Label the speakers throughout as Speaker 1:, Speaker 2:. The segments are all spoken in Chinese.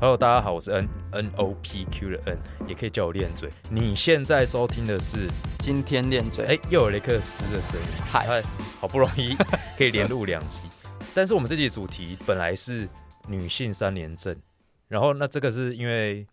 Speaker 1: Hello，大家好，我是 N N O P Q 的 N，也可以叫我练嘴。你现在收听的是，
Speaker 2: 今天练嘴，
Speaker 1: 哎、又有雷克斯的声音，
Speaker 2: 嗨
Speaker 1: 哎，好不容易可以连录两集，但是我们这集主题本来是女性三连症，然后那这个是因为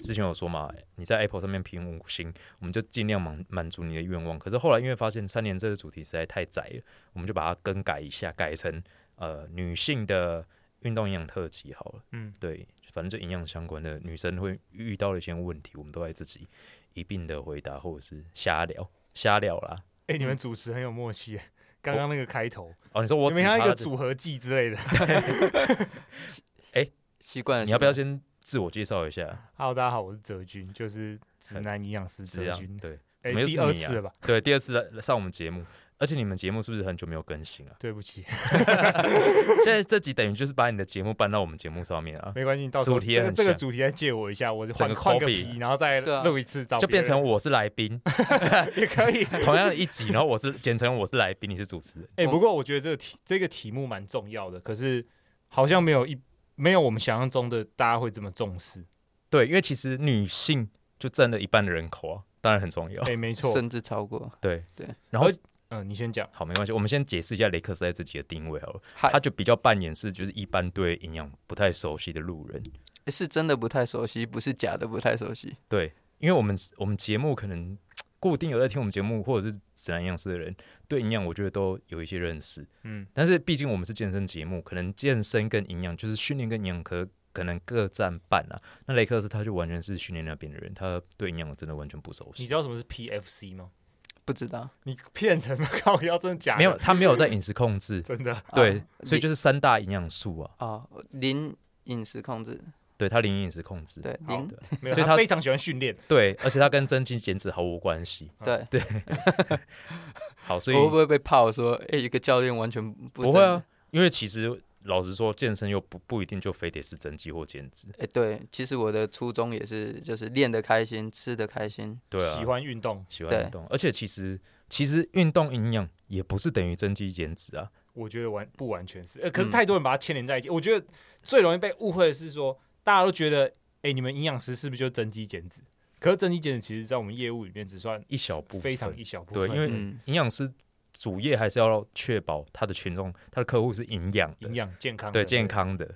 Speaker 1: 之前有说嘛，你在 Apple 上面评五星，我们就尽量满满足你的愿望。可是后来因为发现三连症的主题实在太窄了，我们就把它更改一下，改成呃女性的运动营养特辑好了。
Speaker 3: 嗯，
Speaker 1: 对，反正就营养相关的女生会遇到的一些问题，我们都在自己一并的回答或者是瞎聊瞎聊啦。
Speaker 3: 哎、你们主持很有默契耶，刚刚那个开头，
Speaker 1: 哦，你说嗯我
Speaker 3: 你
Speaker 1: 只
Speaker 3: 们像一
Speaker 1: 趴
Speaker 3: 个
Speaker 1: 着
Speaker 3: 组合技之类的。
Speaker 2: 习惯了。
Speaker 1: 你要不要先自我介绍一下？
Speaker 3: Hello，大家好，我是哲君，就是直男营养师
Speaker 1: 这
Speaker 3: 哲
Speaker 1: 样
Speaker 3: 君。
Speaker 1: 啊对
Speaker 3: 哎、
Speaker 1: 怎么又是
Speaker 3: 第二
Speaker 1: 你啊
Speaker 3: 次了吧？？
Speaker 1: 对，第二次来上我们节目，而且你们节目是不是很久没有更新啊
Speaker 3: 对不起，
Speaker 1: 现在这集等于就是把你的节目搬到我们节目上面啊，
Speaker 3: 没关系，你到时候
Speaker 1: 主题也
Speaker 3: 这个
Speaker 1: 很
Speaker 3: 这个
Speaker 1: 像
Speaker 3: 主题再借我一下，我就换
Speaker 1: 整个
Speaker 3: 换个
Speaker 1: copy
Speaker 3: 皮，然后再
Speaker 2: 对啊
Speaker 3: 录一次，找
Speaker 1: 就
Speaker 3: 别
Speaker 1: 变
Speaker 3: 人
Speaker 1: 成我是来宾，
Speaker 3: 也可以。
Speaker 1: 同样的一集，然后我是简称我是来宾，你是主持人。
Speaker 3: 哎、
Speaker 2: 我
Speaker 3: 不过我觉得这个题这个题目蛮重要的，可是好像没有一没有我们想象中的大家会这么重视。
Speaker 1: 对，因为其实女性就占了一半的人口啊，当然很重要
Speaker 3: 哎、。没错，嗯、
Speaker 2: 甚至超过？
Speaker 1: 对
Speaker 2: 对，
Speaker 1: 然后
Speaker 3: 而你先讲。
Speaker 1: 好，没关系，我们先解释一下雷克斯在自己的定位好了。
Speaker 2: 嗨
Speaker 1: 他就比较扮演是就是一般对营养不太熟悉的路人。
Speaker 2: 诶哎是真的不太熟悉，不是假的不太熟悉。
Speaker 1: 对，因为我们我们节目可能固定有在听我们节目或者是指南营养师的人，对营养我觉得都有一些认识。
Speaker 3: 嗯，
Speaker 1: 但是毕竟我们是健身节目，可能健身跟营养就是训练跟营养可可能各占半啊。那雷克斯他就完全是训练那边的人，他对营养真的完全不熟
Speaker 3: 你
Speaker 1: 悉。
Speaker 3: 知道什么是 PFC 吗？
Speaker 2: 不知道，
Speaker 3: 你骗人吗？ 靠，要真的假的？，
Speaker 1: 没 有，他没有在饮食控制
Speaker 3: 真的。
Speaker 1: 对
Speaker 2: 啊，
Speaker 1: 所以就是三大营养素啊，
Speaker 2: 啊，零饮食控制，
Speaker 1: 对他零饮食控制，
Speaker 2: 对
Speaker 3: 好
Speaker 2: 零
Speaker 3: 没有，
Speaker 1: 所以
Speaker 3: 他
Speaker 1: 他
Speaker 3: 非常喜欢训练。
Speaker 1: 对，而且他跟增肌减脂毫无关系。
Speaker 2: 对，
Speaker 1: 好，所以
Speaker 2: 我会不会被泡说，哎，一个教练完全不
Speaker 1: 不
Speaker 2: 真
Speaker 1: 会
Speaker 2: 的
Speaker 1: 啊？，因为其实老实说，健身又不不一定就非得是增肌或减脂，
Speaker 2: 哎，对，其实我的初衷也是，就是练得开心，吃得开心，
Speaker 1: 对啊，
Speaker 3: 喜欢运动，
Speaker 1: 喜欢运动，而且其实其实运动营养也不是等于增肌减脂啊，
Speaker 3: 我觉得完不完全是，呃，可
Speaker 2: 嗯
Speaker 3: 是太多人把它牵连在一起。我觉得最容易被误会的是说，大家都觉得，哎、你们营养师是不是就增肌减脂？可是增肌减脂其实，在我们业务里面只算
Speaker 1: 一小部分
Speaker 3: 非常一小部分，
Speaker 1: 对，因为
Speaker 2: 嗯
Speaker 1: 营养师主业还是要确保他的群众、他的客户是营养的
Speaker 3: 营养健康，
Speaker 1: 对健。康的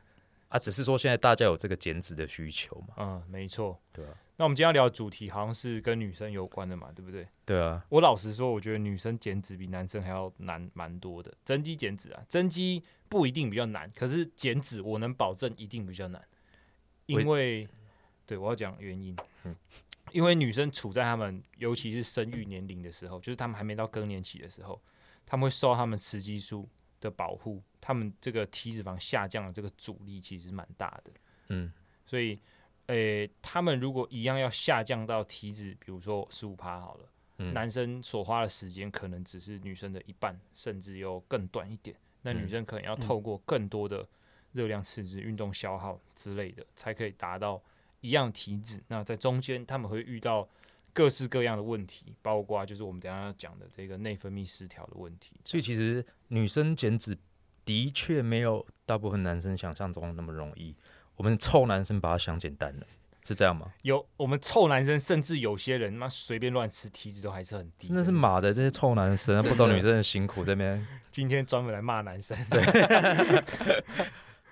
Speaker 1: 啊，只是说现在大家有这个减脂的需求嘛，
Speaker 3: 嗯，没错。
Speaker 1: 对啊，
Speaker 3: 那我们今天要聊的主题好像是跟女生有关的嘛，对不对？
Speaker 1: 对啊，
Speaker 3: 我老实说，我觉得女生减脂比男生还要难蛮多的。增肌减脂啊，增肌不一定比较难，可是减脂我能保证一定比较难，
Speaker 1: 为
Speaker 3: 因为对我要讲原因
Speaker 1: 嗯，
Speaker 3: 因为女生处在她们尤其是生育年龄的时候，就是她们还没到更年期的时候，她们会受她们雌激素的保护，她们这个体脂肪下降的这个阻力其实蛮大的。
Speaker 1: 嗯，
Speaker 3: 所以，诶、他们如果一样要下降到体脂，比如说十五趴好了，
Speaker 1: 嗯
Speaker 3: 男生所花的时间可能只是女生的一半，甚至又更短一点。那
Speaker 1: 嗯
Speaker 3: 女生可能要
Speaker 2: 嗯
Speaker 3: 透过更多的热量赤字、运动消耗之类的，才可以达到一样体脂。那在中间，他们会遇到各式各样的问题，包括就是我们等一下要讲的这个内分泌失调的问题。
Speaker 1: 所以其实女生减脂的确没有大部分男生想象中那么容易。我们臭男生把它想简单了，是这样吗？
Speaker 3: 有我们臭男生，甚至有些人妈随便乱吃，体脂都还是很低。
Speaker 1: 真 的是马的这些臭男 生，不懂女生的辛苦这边。
Speaker 3: 今天专门来骂男
Speaker 1: 啊
Speaker 3: 生。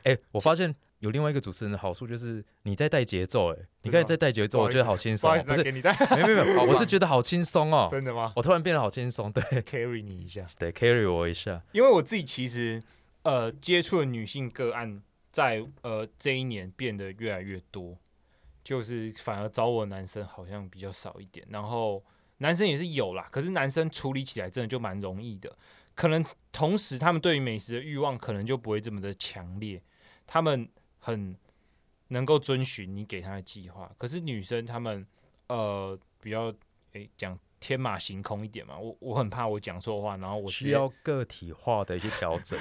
Speaker 1: 哎、我发现有另外一个主持人的好处就是你在带节奏、哎，你刚才在带节奏，
Speaker 3: 不
Speaker 1: 我
Speaker 3: 好意
Speaker 1: 觉
Speaker 3: 思
Speaker 1: 得好轻
Speaker 3: 不
Speaker 1: 松
Speaker 3: 好
Speaker 1: 哦、
Speaker 3: 意思，
Speaker 1: 不
Speaker 3: 那
Speaker 1: 是，
Speaker 3: 给你，但
Speaker 1: 没有没有没有，
Speaker 2: 好棒
Speaker 1: 我是觉得好轻松哦，
Speaker 3: 真的吗
Speaker 1: 我突然变得好轻松，对
Speaker 3: ？carry 你一下，
Speaker 1: 对，carry 我一下，
Speaker 3: 因为我自己其实呃接触的女性个案在呃这一年变得越来越多，就是反而找我的男生好像比较少一点，然后男生也是有啦，可是男生处理起来真的就蛮容易的，可能同时他们对于美食的欲望可能就不会这么的强烈，他们很能够遵循你给他的计划，可是女生她们呃比较诶讲。天马行空一点嘛，我我很怕我讲错话，然后我直
Speaker 1: 需
Speaker 3: 接
Speaker 1: 要个体化的一些调整。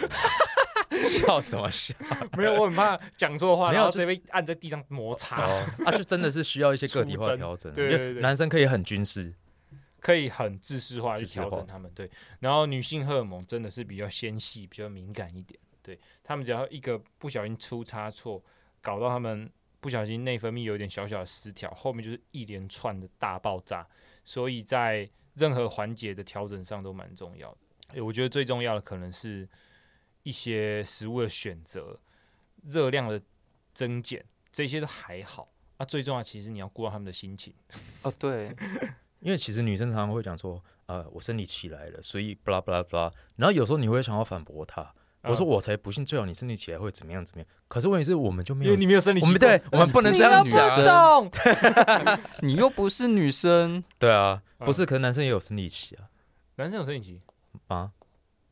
Speaker 1: 笑什么笑？
Speaker 3: 没有，我很怕讲错话，
Speaker 1: 没
Speaker 3: 然
Speaker 1: 有
Speaker 3: 后
Speaker 1: 就是
Speaker 3: 直接被按在地上摩擦，
Speaker 1: 哦，啊，就真的是需要一些个体
Speaker 3: 出
Speaker 1: 化
Speaker 3: 征
Speaker 1: 调整，
Speaker 3: 对
Speaker 1: 因为
Speaker 3: 对对
Speaker 1: 男生可以很军事，
Speaker 3: 可以很自式化去
Speaker 1: 自式
Speaker 3: 调
Speaker 1: 化
Speaker 3: 整他们。对，然后女性荷尔蒙真的是比较纤细、比较敏感一点，对他们只要一个不小心出差错，搞到他们不小心内分泌有点小小的失调，后面就是一连串的大爆炸，所以在任何环节的调整上都蛮重要的。诶我觉得最重要的可能是一些食物的选择、热量的增减，这些都还好。啊，最重要其实你要顾到他们的心情。
Speaker 2: 哦， 对，
Speaker 1: 因为其实女生常常会讲说，呃，我生理期来了，所以 blah blah blah。然后有时候你会想要反驳她，我说
Speaker 3: 嗯
Speaker 1: 我才不信，最好你生理期来会怎么样怎么样。可是问题是我们就没
Speaker 3: 因
Speaker 1: 有
Speaker 3: 为，你没有生理
Speaker 1: 我
Speaker 3: 期，
Speaker 1: 们对我们不能
Speaker 3: 你
Speaker 1: 这样
Speaker 3: 又不
Speaker 1: 讲
Speaker 2: 讲
Speaker 1: 啊。
Speaker 3: 懂，
Speaker 2: 你又不是女生，
Speaker 1: 对啊，
Speaker 3: 嗯
Speaker 1: 不是，可是男生也有生理期啊
Speaker 3: 男生有生理期
Speaker 1: 啊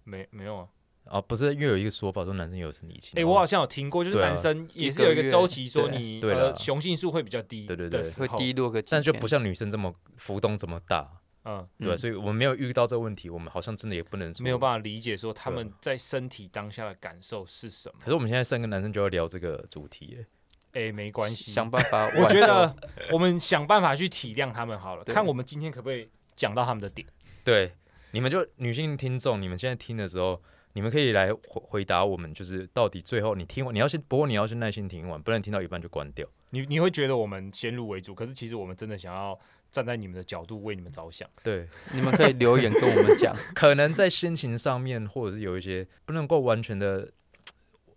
Speaker 3: 没没有啊？
Speaker 1: 啊！不是，因为有一个说法说男生也有生理期。
Speaker 3: 哎、
Speaker 1: 然后
Speaker 3: 我好像有听过，就是
Speaker 1: 对啊
Speaker 3: 男生也是
Speaker 2: 一个
Speaker 3: 有一个
Speaker 2: 月
Speaker 3: 周期，说
Speaker 2: 对
Speaker 3: 你
Speaker 1: 对
Speaker 3: 呃
Speaker 1: 啦
Speaker 3: 雄性素会比较低，
Speaker 1: 对对对
Speaker 2: 会低，落个几
Speaker 1: 但
Speaker 2: 天，
Speaker 1: 就不像女生这么浮动这么大，
Speaker 3: 嗯，
Speaker 1: 对啊，
Speaker 2: 嗯
Speaker 1: 所以我们没有遇到这个问题，我们好像真的也不能说
Speaker 3: 没有办法理解说他
Speaker 1: 对啊
Speaker 3: 们在身体当下的感受是什么。
Speaker 1: 可是我们现在三个男生就要聊这个主题耶，
Speaker 3: 哎、没关系，
Speaker 2: 想办 法挽
Speaker 3: 我觉
Speaker 2: 救
Speaker 3: 得 我们想办法去体谅他们好了，
Speaker 2: 对
Speaker 3: 看我们今天可不可以讲到他们的点。
Speaker 1: 对，你们就女性听众，你们现在听的时候，你们可以来回回答我们，就是到底最后你听完，你要先，不过你要先耐心听完，不然听到一半就关掉。
Speaker 3: 你你会觉得我们先入为主，可是其实我们真的想要站在你们的角度为你们着想。
Speaker 1: 对，
Speaker 2: 你们可以留言跟我们 讲，
Speaker 1: 可能在心情上面，或者是有一些不能够完全的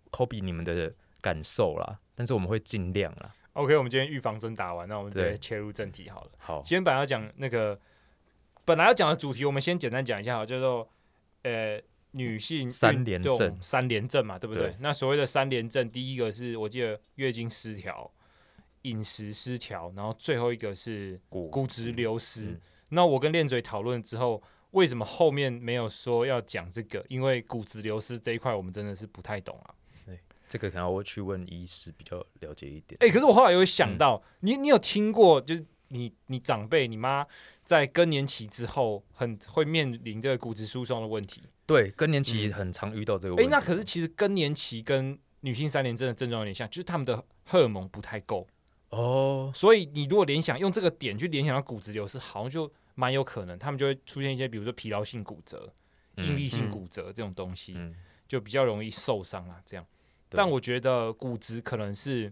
Speaker 1: copy 你们的感受啦，但是我们会尽量啦。
Speaker 3: OK，我们今天预防针打完，那我们直接
Speaker 1: 对
Speaker 3: 切入正题好了。
Speaker 1: 好，
Speaker 3: 今天本来要讲那个，本来要讲的主题，我们先简单讲一下好，叫做呃女性
Speaker 1: 三连症
Speaker 3: 运动三连症嘛，对不对？
Speaker 1: 对
Speaker 3: 那所谓的三连症，第一个是我记得月经失调、饮食失调，然后最后一个是
Speaker 1: 骨
Speaker 3: 骨质流失。
Speaker 1: 嗯
Speaker 3: 那我跟练嘴讨论之后，为什么后面没有说要讲这个？因为骨质流失这一块，我们真的是不太懂啊。
Speaker 1: 这个可能我去问医师比较了解一点。
Speaker 3: 哎、可是我后来有想到，你你有听过，就是你你长辈你妈在更年期之后，很会面临这个骨质疏松的问题。
Speaker 1: 对，更年期
Speaker 3: 嗯
Speaker 1: 很常遇到这个
Speaker 3: 哎、
Speaker 1: 问题。
Speaker 3: 那可是其实更年期跟女性三连症的症状有点像，就是他们的荷尔蒙不太够，
Speaker 1: 哦，
Speaker 3: 所以你如果联想用这个点去联想到骨质流失，好像就蛮有可能，他们就会出现一些比如说疲劳性骨折、应力性
Speaker 2: 嗯
Speaker 3: 骨折这种东西。
Speaker 1: 嗯，
Speaker 3: 就比较容易受伤啦。这样，
Speaker 1: 对
Speaker 3: 但我觉得骨质可能是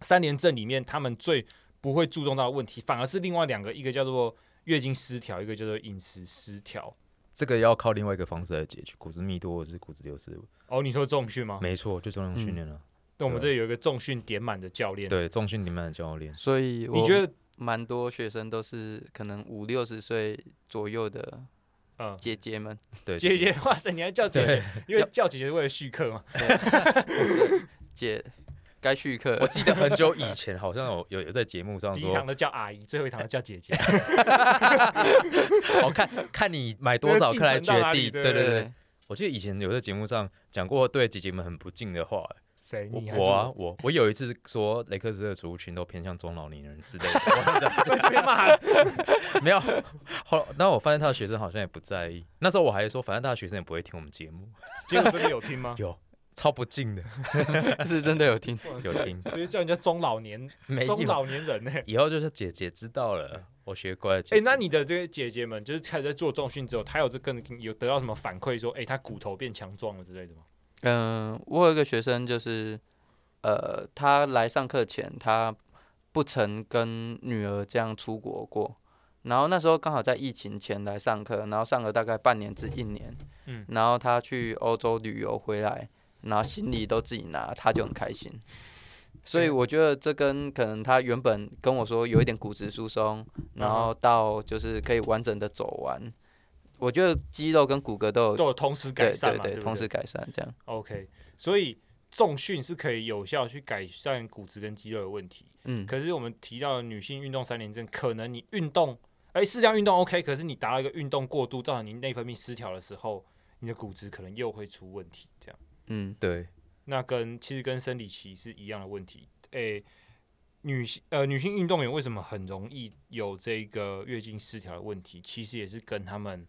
Speaker 3: 三连症里面他们最不会注重到的问题，反而是另外两个，一个叫做月经失调，一个叫做饮食失调。
Speaker 1: 这个要靠另外一个方式来解决，骨质密度或者是骨质流失。
Speaker 3: 哦，你说重训吗？
Speaker 1: 没错，就重量训练了。
Speaker 3: 那我们这里有一个重训点满的教练，
Speaker 1: 对，重训里面的教练，
Speaker 2: 所以我
Speaker 3: 你觉得？
Speaker 2: 蛮多学生都是可能五六十岁左右的
Speaker 3: 嗯，
Speaker 2: 姐姐们，
Speaker 1: 对，
Speaker 3: 姐姐，哇塞，你还叫姐姐
Speaker 1: 对？
Speaker 3: 因为叫姐姐是为了续课嘛。
Speaker 2: 姐该续课
Speaker 1: 我，记得很久以前好像有有有在节目上
Speaker 3: 第一堂
Speaker 1: 说，
Speaker 3: 的叫阿姨，最后一堂的叫姐 姐。
Speaker 1: 好哦看看你买多少克来决
Speaker 3: 那个进
Speaker 1: 定。
Speaker 3: 程
Speaker 1: 对
Speaker 3: 到哪里对
Speaker 1: 对对，，我记得以前有在节目上讲过对姐姐们很不敬的话。
Speaker 3: 谁？
Speaker 1: 我
Speaker 3: 你还是
Speaker 1: 我啊，我我有一次说雷克斯的族群都偏向中老年人之类 的，
Speaker 3: 我？被骂了。
Speaker 1: 没有。后然后我发现他的学生好像也不在意，那时候我还说，反正他的学生也不会听我们节目，
Speaker 3: 结
Speaker 1: 啊
Speaker 3: 果真的有听吗？
Speaker 1: 有超不敬的，
Speaker 2: 是真的有听，
Speaker 3: 哇塞
Speaker 1: 有听
Speaker 3: 直接叫人家中老年
Speaker 1: 没有
Speaker 3: 中老年人呢、
Speaker 1: 以后就是姐姐知道了，我学乖了。姐
Speaker 3: 哎、
Speaker 1: 姐
Speaker 3: 那你的这些姐姐们，就是开始在做重训之后，她有这更有得到什么反馈说，哎、她骨头变强壮了之类的吗？
Speaker 2: 嗯，我有一个学生就是，呃，他来上课前，他不曾跟女儿这样出国过。然后那时候刚好在疫情前来上课，然后上了大概半年至一年。
Speaker 3: 嗯
Speaker 2: 然后他去欧洲旅游回来，然后行李都自己拿，他就很开心。所以我觉得这跟可能他原本跟我说有一点骨质疏松，然
Speaker 3: 嗯
Speaker 2: 后到就是可以完整的走完，我觉得肌肉跟骨骼都有
Speaker 3: 都有同时
Speaker 2: 对
Speaker 3: 改善
Speaker 2: 对
Speaker 3: 嘛，对不对，
Speaker 2: 同时改善这样。
Speaker 3: OK，所以重训是可以有效去改善骨质跟肌肉的问题。
Speaker 2: 嗯，
Speaker 3: 可是我们提到的女性运动三连症，可能你运动，哎、适量运动 OK，可是你达到一个运动过度，造成你内分泌失调的时候，你的骨质可能又会出问题，这样。
Speaker 2: 嗯，
Speaker 1: 对
Speaker 3: 那跟其实跟生理期是一样的问题。诶、女性呃女性运动员为什么很容易有这个月经失调的问题？其实也是跟他们，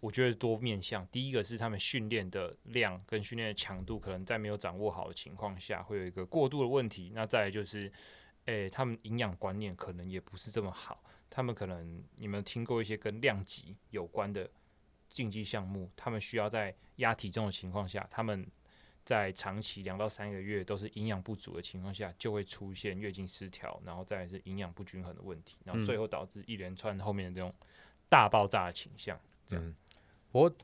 Speaker 3: 我觉得多面向。第一个是他们训练的量跟训练的强度，可能在没有掌握好的情况下，会有一个过度的问题。那再来就是，诶、他们营养观念可能也不是这么好。他们可能你们听过一些跟量级有关的竞技项目，他们需要在压体重的情况下，他们在长期两到三个月都是营养不足的情况下，就会出现月经失调，然后再来是营养不均衡的问题，然后最后导致一连串后面的这种大爆炸的倾向。这样
Speaker 1: 嗯，我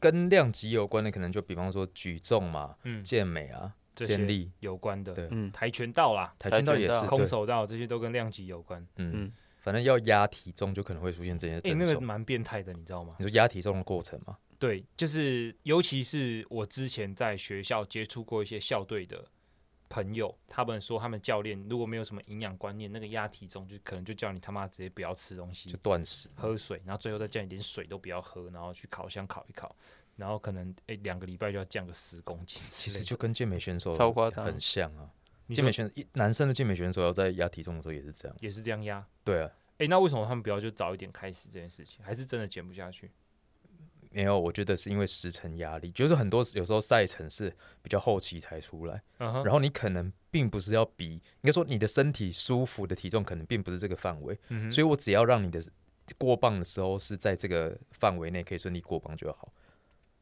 Speaker 1: 跟量级有关的，可能就比方说举重嘛、
Speaker 3: 嗯，
Speaker 1: 健美啊、
Speaker 3: 这
Speaker 1: 健
Speaker 3: 些
Speaker 1: 力、
Speaker 3: 有关的
Speaker 1: 对
Speaker 2: 嗯，
Speaker 3: 跆拳道啦、
Speaker 1: 跆拳道也
Speaker 2: 跆
Speaker 1: 是
Speaker 2: 拳，道
Speaker 3: 空
Speaker 1: 对，
Speaker 3: 手道这些都跟量级有关。
Speaker 1: 嗯
Speaker 2: 嗯，
Speaker 1: 反正要压体重就可能会出现这些
Speaker 3: 诶，
Speaker 1: 症
Speaker 3: 那个
Speaker 1: 状。
Speaker 3: 蛮变态的，你知道吗？
Speaker 1: 你说压体重的过程嘛，
Speaker 3: 对，就是尤其是我之前在学校接触过一些校队的朋友，他们说他们教练如果没有什么营养观念，那个压体重就可能就叫你他妈直接不要吃东
Speaker 1: 就
Speaker 3: 西，
Speaker 1: 断食，
Speaker 3: 喝水，然后最后再叫你连水都不要喝，然后去烤箱烤一烤，然后可能诶两个礼拜就要降个十公斤 之
Speaker 1: 其
Speaker 3: 类的。
Speaker 1: 实就跟健美选手
Speaker 2: 超夸张
Speaker 1: 很像啊。
Speaker 3: 你
Speaker 1: 健美
Speaker 3: 说
Speaker 1: 选一男生的健美选手要在压体重的时候也是这样。
Speaker 3: 也是这样压。
Speaker 1: 对啊，
Speaker 3: 诶，那为什么他们不要就早一点开始这件事情？还是真的减不下去？
Speaker 1: 没有，我觉得是因为时程压力，就是很多有时候赛程是比较后期才出来，
Speaker 3: 嗯哼，
Speaker 1: 然后你可能并不是要比，应该说你的身体舒服的体重可能并不是这个范围，
Speaker 3: 嗯哼
Speaker 1: 所以我只要让你的过磅的时候是在这个范围内可以顺利过磅就好，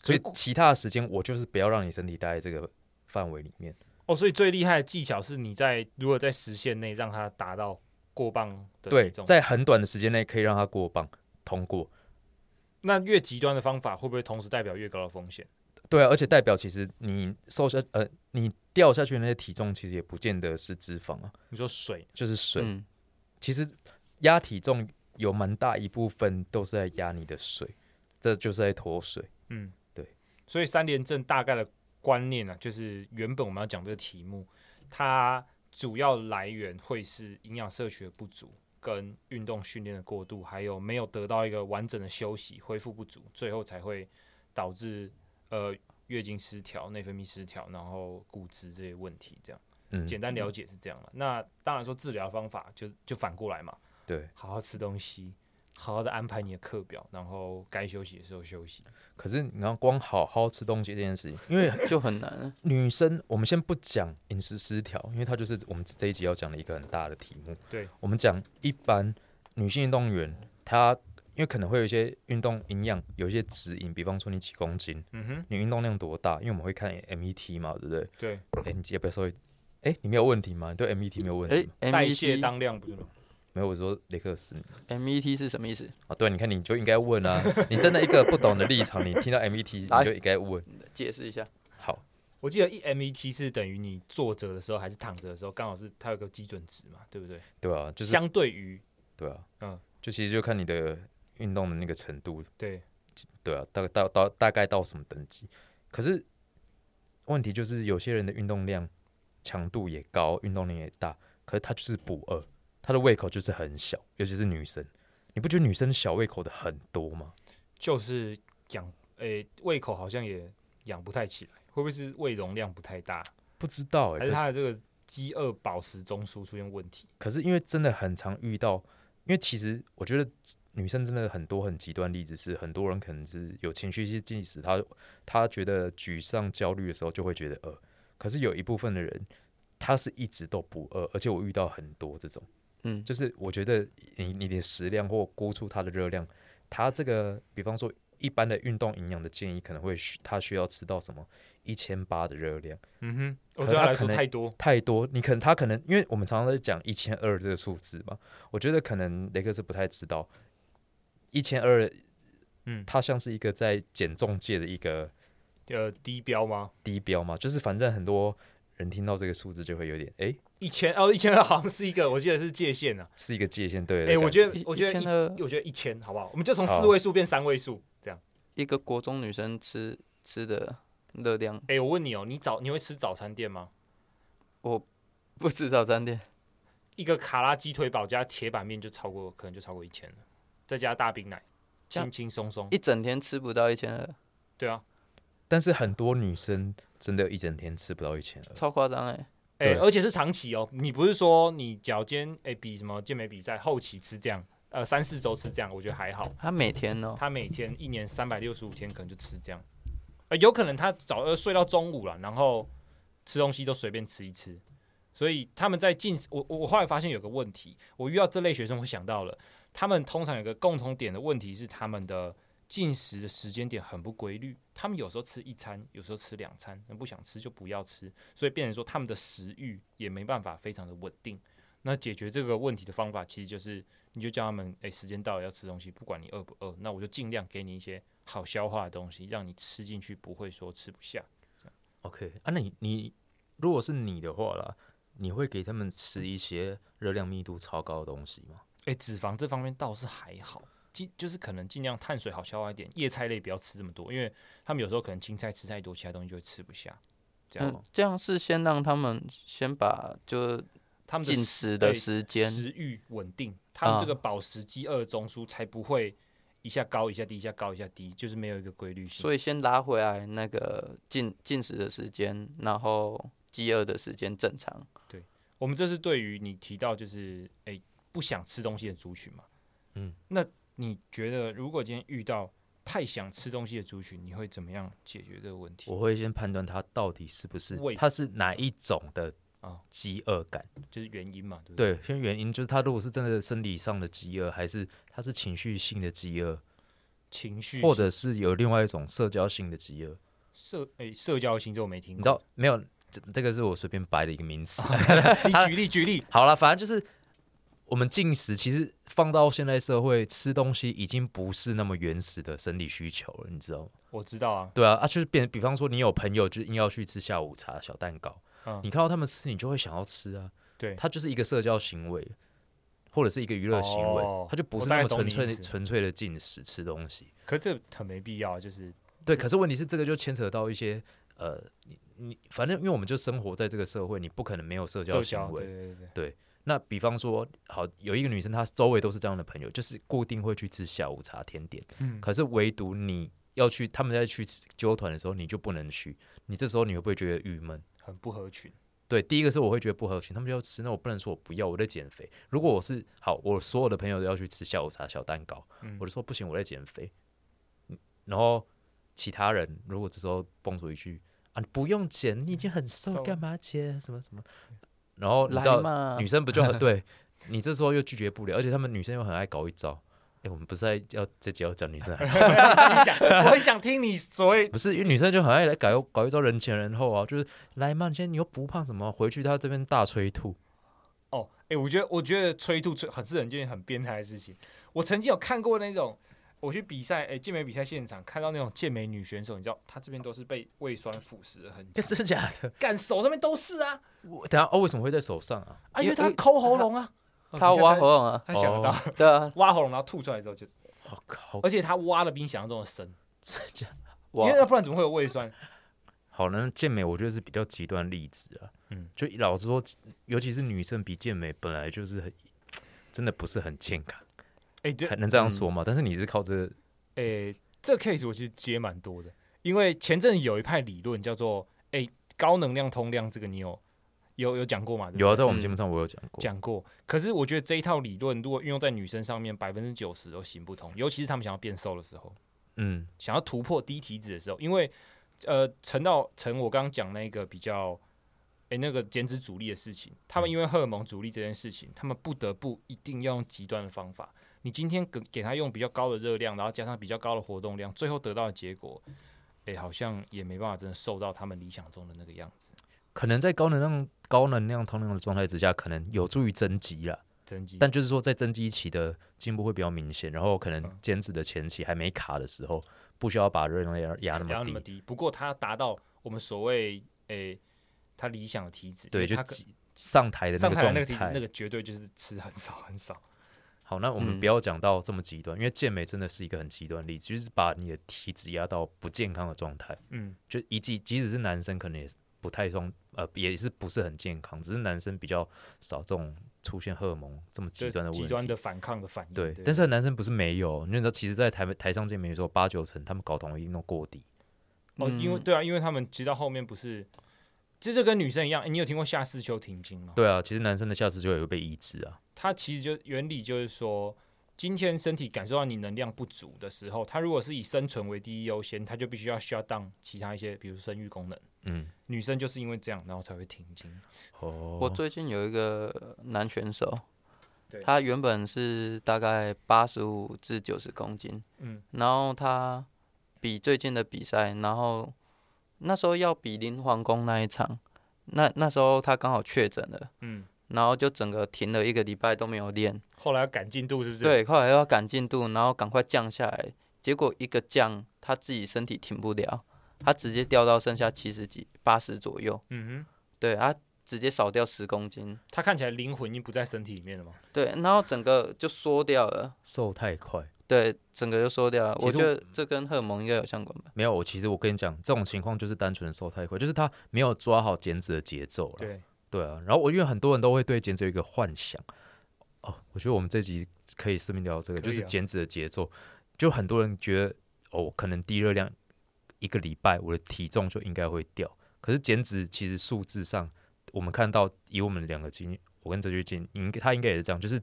Speaker 1: 所以
Speaker 3: 可
Speaker 1: 其他的时间我就是不要让你身体待在这个范围里面。
Speaker 3: 哦，所以最厉害的技巧是你在如何在时限内让它达到过磅的
Speaker 1: 对
Speaker 3: 体，重。
Speaker 1: 在很短的时间内可以让它过磅通过。
Speaker 3: 那越极端的方法会不会同时代表越高的风险？
Speaker 1: 对啊，而且代表其实你瘦下呃，你掉下去的那些体重其实也不见得是脂肪啊，
Speaker 3: 你说水，
Speaker 1: 就是水。
Speaker 2: 嗯，
Speaker 1: 其实压体重有蛮大一部分都是在压你的水，这就是在脱水。
Speaker 3: 嗯，
Speaker 1: 对。
Speaker 3: 所以三连症大概的观念呢、啊，就是原本我们要讲这个题目，它主要来源会是营养摄取的不足。跟运动训练的过度，还有没有得到一个完整的休息，恢复不足，最后才会导致呃月经失调、内分泌失调，然后骨质这些问题这样。
Speaker 1: 嗯，
Speaker 3: 简单了解是这样了。那当然说治疗方法就就反过来嘛，
Speaker 1: 对。
Speaker 3: 好好吃东西，好好的安排你的课表，然后该休息的时候休息。
Speaker 1: 可是你要光好好吃东西这件事情，因为
Speaker 2: 就很难了。
Speaker 1: 女生，我们先不讲饮食失调，因为它就是我们这一集要讲的一个很大的题目。
Speaker 3: 对，
Speaker 1: 我们讲一般女性运动员，她因为可能会有一些运动营养有一些指引，比方说你几公斤，
Speaker 3: 嗯哼，
Speaker 1: 你运动量多大，因为我们会看 MET 嘛，对不对？
Speaker 3: 对，
Speaker 1: 哎，你要不要稍微？哎，你没有问题吗？你对 MET 没有问题
Speaker 2: 哎
Speaker 1: 吗？
Speaker 3: 代谢
Speaker 2: ，MET
Speaker 3: 当量不是吗？
Speaker 1: 没有，我说雷克斯
Speaker 2: MET E 是什么意思？
Speaker 1: 啊，对，你看你就应该问啊，你站在一个不懂的立场，你听到 MET 你
Speaker 2: 来
Speaker 1: 就应该问。
Speaker 2: 解释一下。
Speaker 1: 好，
Speaker 3: 我记得一 MET 是等于你坐着的时候还是躺着的时候，刚好是它有个基准值嘛，对不对？
Speaker 1: 对啊，就是
Speaker 3: 相对于
Speaker 1: 对啊，
Speaker 3: 嗯
Speaker 1: 就其实就看你的运动的那个程度，
Speaker 3: 对，
Speaker 1: 对啊，大概到到大概到什么等级？可是问题就是有些人的运动量强度也高，运动量也大，可是他就是不饿，他的胃口就是很小，尤其是女生，你不觉得女生小胃口的很多吗？
Speaker 3: 就是养诶、胃口好像也养不太起来，会不会是胃容量不太大，
Speaker 1: 不知道哎、
Speaker 3: 还
Speaker 1: 可
Speaker 3: 是
Speaker 1: 是
Speaker 3: 它的这个饥饿饱食中枢出现问题？
Speaker 1: 可是因为真的很常遇到，因为其实我觉得女生真的很多很极端例子是，很多人可能是有情绪性进食，她她觉得沮丧、焦虑的时候就会觉得饿，可是有一部分的人，他是一直都不饿，而且我遇到很多这种，
Speaker 2: 嗯，
Speaker 1: 就是我觉得你你的食量或估出它的热量，它这个比方说。一般的运动营养的建议可能会需，它需要吃到什么一千八的热量，
Speaker 3: 嗯哼，
Speaker 1: 可
Speaker 3: 我
Speaker 1: 是
Speaker 3: 对
Speaker 1: 它
Speaker 3: 他来
Speaker 1: 可
Speaker 3: 说
Speaker 1: 能
Speaker 3: 太多，
Speaker 1: 太多，你可能他可能，因为我们常常在讲一千二这个数字嘛，我觉得可能雷克斯不太知道一千二，
Speaker 3: 嗯
Speaker 1: 它像是一个在减重界的一个
Speaker 3: 呃，低标吗？
Speaker 1: 低标嘛，就是反正很多人听到这个数字就会有点，哎、
Speaker 3: 一千哦，一千二好像是一个，我记得是界限啊。
Speaker 1: 是一个界限，对的
Speaker 3: 哎、
Speaker 1: 感。
Speaker 3: 我觉得，
Speaker 2: 一
Speaker 3: 我觉得一
Speaker 2: 1200
Speaker 3: 我觉得一千好不好？我们就从
Speaker 1: 好
Speaker 3: 四位数变三位数这样。
Speaker 2: 一个国中女生吃吃的热量，
Speaker 3: 哎、我问你哦，你早你会吃早餐店吗？
Speaker 2: 不止早餐店，
Speaker 3: 一个卡拉鸡腿堡加铁板面就超过，可能就超过一千了，再加大冰奶，
Speaker 2: 这样
Speaker 3: 轻轻松松。
Speaker 2: 一整天吃不到一千二，
Speaker 3: 对啊，
Speaker 1: 但是很多女生真的一整天吃不到一千二，
Speaker 2: 超夸张哎！
Speaker 3: 哎、
Speaker 1: 对
Speaker 3: 而且是长期哦，你不是说你脚尖哎、比什么健美比赛后期吃这样，呃，三四周吃这样，我觉得还好。
Speaker 2: 她每天哦，
Speaker 3: 他每天一年三百六十五天可能就吃这样，呃，有可能他早呃睡到中午了，然后吃东西都随便吃一吃，所以他们在进食我我我后来发现有个问题，我遇到这类学生我想到了，他们通常有个共同点的问题是他们的进食的时间点很不规律，他们有时候吃一餐，有时候吃两餐，那不想吃就不要吃，所以变成说他们的食欲也没办法非常的稳定。那解决这个问题的方法，其实就是你就叫他们，诶、时间到了要吃东西，不管你饿不饿，那我就尽量给你一些好消化的东西，让你吃进去不会说吃不下。
Speaker 1: OK 啊，那你你如果是你的话啦，你会给他们吃一些热量密度超高的东西吗？
Speaker 3: 诶、哎脂肪这方面倒是还好，尽就是可能尽量碳水好消化一点，叶菜类不要吃这么多，因为他们有时候可能青菜吃太多，其他东西就会吃不下。这
Speaker 1: 啊
Speaker 3: 样，
Speaker 2: 嗯，这样是先让他们先把就
Speaker 3: 他们的
Speaker 2: 进食的
Speaker 3: 诶
Speaker 2: 时间
Speaker 3: 食欲稳定，他们这
Speaker 2: 啊
Speaker 3: 个饱食饥饿中枢才不会一下高一下低，一下高一下低，就是没有一个规律性。
Speaker 2: 所以先拉回来那个进进食的时间，然后饥饿的时间正常。
Speaker 3: 我们这是对于你提到就是诶、不想吃东西的族群嘛，
Speaker 1: 嗯，
Speaker 3: 那你觉得如果今天遇到太想吃东西的族群，你会怎么样解决这个问题？
Speaker 1: 我会先判断它到底是不是
Speaker 3: 为什么
Speaker 1: 它是哪一种的
Speaker 3: 啊
Speaker 1: 饥饿感。
Speaker 3: 就是原因嘛，对不对？
Speaker 1: 对，先原因就是他如果是真的生理上的饥饿，还是他是情绪性的饥饿，
Speaker 3: 情绪嗯
Speaker 1: 或者是有另外一种社交性的饥饿。
Speaker 3: 社诶、社交型这我没听
Speaker 1: 你
Speaker 3: 过，
Speaker 1: 知道没有？这这个是我随便掰的一个名词。
Speaker 3: 你举例举例，
Speaker 1: 好了，反正就是我们进食，其实放到现代社会，吃东西已经不是那么原始的生理需求了，你知道吗？
Speaker 3: 我知道啊，
Speaker 1: 对啊，啊，就是变，比方说你有朋友就硬要去吃下午茶、小蛋糕，
Speaker 3: 嗯
Speaker 1: 你看到他们吃，你就会想要吃啊。
Speaker 3: 对
Speaker 1: 它就是一个社交行为，或者是一个娱乐行为，
Speaker 3: 哦
Speaker 1: 它就不是
Speaker 3: 我大
Speaker 1: 那
Speaker 3: 概
Speaker 1: 么
Speaker 3: 懂
Speaker 1: 纯
Speaker 3: 你
Speaker 1: 粹
Speaker 3: 意
Speaker 1: 的
Speaker 3: 思
Speaker 1: 纯粹的进食吃东西。
Speaker 3: 可这很没必要啊，就是
Speaker 1: 对，可是问题是这个就牵扯到一些呃，你你反正因为我们就生活在这个社会，你不可能没有社交
Speaker 3: 社
Speaker 1: 行
Speaker 3: 交，
Speaker 1: 为
Speaker 3: 对。对对对，
Speaker 1: 那比方说，好有一个女生，她周围都是这样的朋友，就是固定会去吃下午茶甜点，
Speaker 3: 嗯，
Speaker 1: 可是唯独你要去，他们在去吃纠团的时候，你就不能去，你这时候你会不会觉得郁闷？
Speaker 3: 很不合群，
Speaker 1: 对，第一个是我会觉得不合群，他们就要吃，那我不能说我不要，我在减肥。如果我是好，我所有的朋友都要去吃下午茶、小蛋糕，
Speaker 3: 嗯
Speaker 1: 我就说不行，我在减肥。嗯然后其他人如果这时候蹦出一句啊，你不用减，你已经很瘦
Speaker 3: 瘦，
Speaker 1: 干嘛减？什么什么？然后哦你
Speaker 2: 来
Speaker 1: 知道
Speaker 2: 嘛，
Speaker 1: 女生不 就很对你这时候又拒绝不了，而且他们女生又很爱搞一招。哎、我们不是在要这节要讲女生还，
Speaker 3: 我很想听你所谓
Speaker 1: 不是因为女生就很爱来搞一搞一招人前人后啊，就是来嘛，你现在你又不胖什么，回去她这边大催吐。
Speaker 3: 哦，哎、我觉得我觉得催吐催很是很件很变态的事情。我曾经有看过那种，我去比赛，哎、健美比赛现场看到那种健美女选手，你知道她这边都是被胃酸腐蚀的痕 迹，
Speaker 1: 真的假的？
Speaker 3: 干手上面都是啊，
Speaker 1: 我等下哦，为什么会在手上啊？
Speaker 3: 啊，因
Speaker 2: 因为
Speaker 3: 为她抠喉咙 啊，哦
Speaker 2: 他
Speaker 3: 你
Speaker 2: 挖
Speaker 3: 看
Speaker 2: 喉咙啊，
Speaker 3: 她想得到，
Speaker 2: 对啊，
Speaker 3: 挖喉咙然后吐出来之后就，
Speaker 1: 我、靠，
Speaker 3: 而且她挖的比你想象中的深，
Speaker 1: 真的假的？
Speaker 3: 因
Speaker 2: 哇
Speaker 3: 为，要不然怎么会有胃酸？
Speaker 1: 好，那健美我觉得是比较极端例子啊。
Speaker 3: 嗯
Speaker 1: 嗯，就老实说，尤其是女生比健美本来就是很真的不是很健康，
Speaker 3: 哎、这
Speaker 1: 还能这样说吗？但是你是靠这个
Speaker 3: 诶、这 case 我其实接蛮多的，因为前阵子有一派理论叫做诶、高能量通量，这个你有有有讲过吗？对不对
Speaker 1: 有啊，在我们节目上我有讲过。
Speaker 3: 讲过。可是我觉得这一套理论如果运用在女生上面，百分之九十都行不通，尤其是她们想要变瘦的时候，
Speaker 1: 嗯，
Speaker 3: 想要突破低体脂的时候，因为呃，陈到陈我刚刚讲那个比较。诶，那个减脂阻力的事情，他们因为荷尔蒙阻力这件事情，他们不得不一定要用极端的方法。你今天给给他用比较高的热量，然后加上比较高的活动量，最后得到的结果，诶，好像也没办法真的瘦到他们理想中的那个样子。
Speaker 1: 可能在高能量高能量通量的状态之下，可能有助于增肌啦。
Speaker 3: 增肌，
Speaker 1: 但就是说，在增肌期的进步会比较明显，然后可
Speaker 3: 嗯
Speaker 1: 能减脂的前期还没卡的时候，不需要把热量压压那
Speaker 3: 然
Speaker 1: 么
Speaker 3: 后那
Speaker 1: 低
Speaker 3: 么。低。不过他达到我们所谓诶、他理想的体脂，
Speaker 1: 对，
Speaker 3: 因为
Speaker 1: 就
Speaker 3: 他可
Speaker 1: 挤上台的那
Speaker 3: 上
Speaker 1: 个
Speaker 3: 台的
Speaker 1: 状
Speaker 3: 那个体脂，那
Speaker 1: 态。
Speaker 3: 个绝对就是吃很少很 少。
Speaker 1: 好，那我们不要讲到这么极端，因为健美真的是一个很极端的例子，就是把你的体脂压到不健康的状态。
Speaker 3: 嗯，
Speaker 1: 就一即即使是男生，可能也不太算，呃，也是不是很健康，只是男生比较少这种出现荷尔蒙这么
Speaker 3: 就
Speaker 1: 极端的问题。
Speaker 3: 极端的反抗的反应。
Speaker 1: 对
Speaker 3: 对，，
Speaker 1: 但是男生不是没有，你知道，其实，在台台上见面的时候，八九成他们睾酮一定都过低。
Speaker 3: 哦，因为
Speaker 2: 嗯
Speaker 3: 对啊，因为他们其实到后面不是，这就跟女生一样。诶你有听过下视丘停经吗？
Speaker 1: 对啊，其实男生的下肢就也会被抑制啊。
Speaker 3: 它其实就原理就是说，今天身体感受到你能量不足的时候，它如果是以生存为第一优先，它就必须要 shut down 其他一些，比如生育功能。
Speaker 1: 嗯，
Speaker 3: 女生就是因为这样，然后才会停经。
Speaker 1: 哦，
Speaker 2: 我最近有一个男选手，
Speaker 3: 对
Speaker 2: 他原本是大概八十五至九十公斤，
Speaker 3: 嗯
Speaker 2: 然后他比最近的比赛，然后那时候要比林皇宫那一场，那那时候他刚好确诊了，
Speaker 3: 嗯，
Speaker 2: 然后就整个停了一个礼拜都没有练，
Speaker 3: 后来要赶进度是不是？，
Speaker 2: 对，后来又要赶进度，然后赶快降下来，结果一个降，他自己身体停不了，他直接掉到剩下七十几、八十左右，
Speaker 3: 嗯哼，
Speaker 2: 对，他直接少掉十公斤，
Speaker 3: 他看起来灵魂已经不在身体里面了嘛。
Speaker 2: 对，然后整个就缩掉了。
Speaker 1: 瘦太快。
Speaker 2: 对，整个就缩掉了。
Speaker 1: 其
Speaker 2: 我
Speaker 1: 实
Speaker 2: 觉
Speaker 1: 我
Speaker 2: 得这跟荷尔蒙应该有相关吧。
Speaker 1: 没有，我其实我跟你讲，这种情况就是单纯的瘦太快，就是他没有抓好减脂的节奏了。
Speaker 3: 对，
Speaker 1: 对啊，然后我因为很多人都会对减脂有一个幻想，哦，我觉得我们这集可以顺便聊这个，
Speaker 3: 可以啊
Speaker 1: 就是减脂的节奏，就很多人觉得哦，可能低热量一个礼拜我的体重就应该会掉，可是减脂其实数字上我们看到以我们两个经验，我跟这句经应他应该也是这样，就是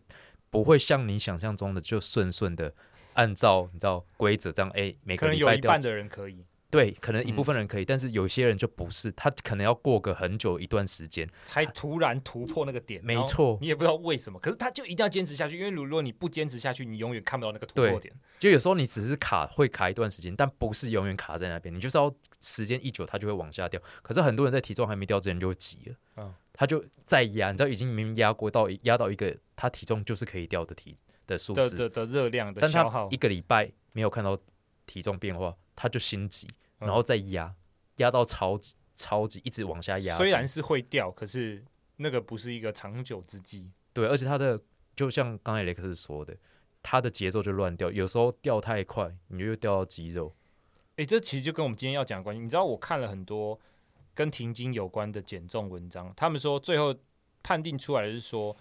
Speaker 1: 不会像你想象中的就顺顺的按照你知道规则这样，哎，每
Speaker 3: 可
Speaker 1: 个
Speaker 3: 能
Speaker 1: 礼
Speaker 3: 有
Speaker 1: 拜
Speaker 3: 一
Speaker 1: 掉
Speaker 3: 半的人可以
Speaker 1: 对，可能一部
Speaker 2: 嗯
Speaker 1: 分人可以，但是有些人就不是，他可能要过个很久一段时间。
Speaker 3: 才突然突破那个点，
Speaker 1: 没
Speaker 3: 然后
Speaker 1: 错
Speaker 3: 你也不知道为什么，可是他就一定要坚持下去，因为如果你不坚持下去，你永远看不到那个突破
Speaker 1: 对
Speaker 3: 点。
Speaker 1: 就有时候你只是卡会卡一段时间，但不是永远卡在那边，你就是要时间一久，它就会往下掉。可是很多人在体重还没掉之前就急了，
Speaker 3: 嗯
Speaker 1: 他就再压，你知道已经明明压过到压到一个他体重就是可以掉的体的数
Speaker 3: 的
Speaker 1: 字，
Speaker 3: 的的热量的
Speaker 1: 但
Speaker 3: 消
Speaker 1: 他
Speaker 3: 耗
Speaker 1: 一，个礼拜没有看到体重变化，他就心急，然后再压，压到超级超级一直往下压，
Speaker 3: 虽然是会掉，可是那个不是一个长久之计。
Speaker 1: 对，而且他的就像刚才雷克斯说的，他的节奏就乱掉，有时候掉太快，你就又掉到肌肉。
Speaker 3: 诶，这其实就跟我们今天要讲的关系。你知道，我看了很多跟停经有关的减重文章，他们说最后判定出来的是说，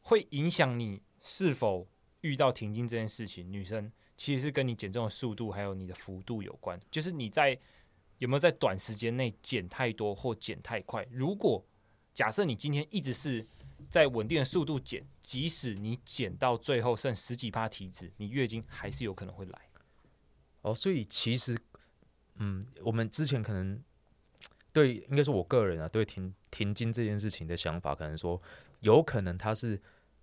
Speaker 3: 会影响你是否遇到停经这件事情，女生其实是跟你减重的速度还有你的幅度有关，就是你在有没有在短时间内减太多或减太快。如果假设你今天一直是在稳定的速度减，即使你减到最后剩十几趴体脂，你月经还是有可能会来。
Speaker 1: 哦，所以其实，嗯，我们之前可能对，应该说我个人啊，对停停经这件事情的想法，可能说有可能他是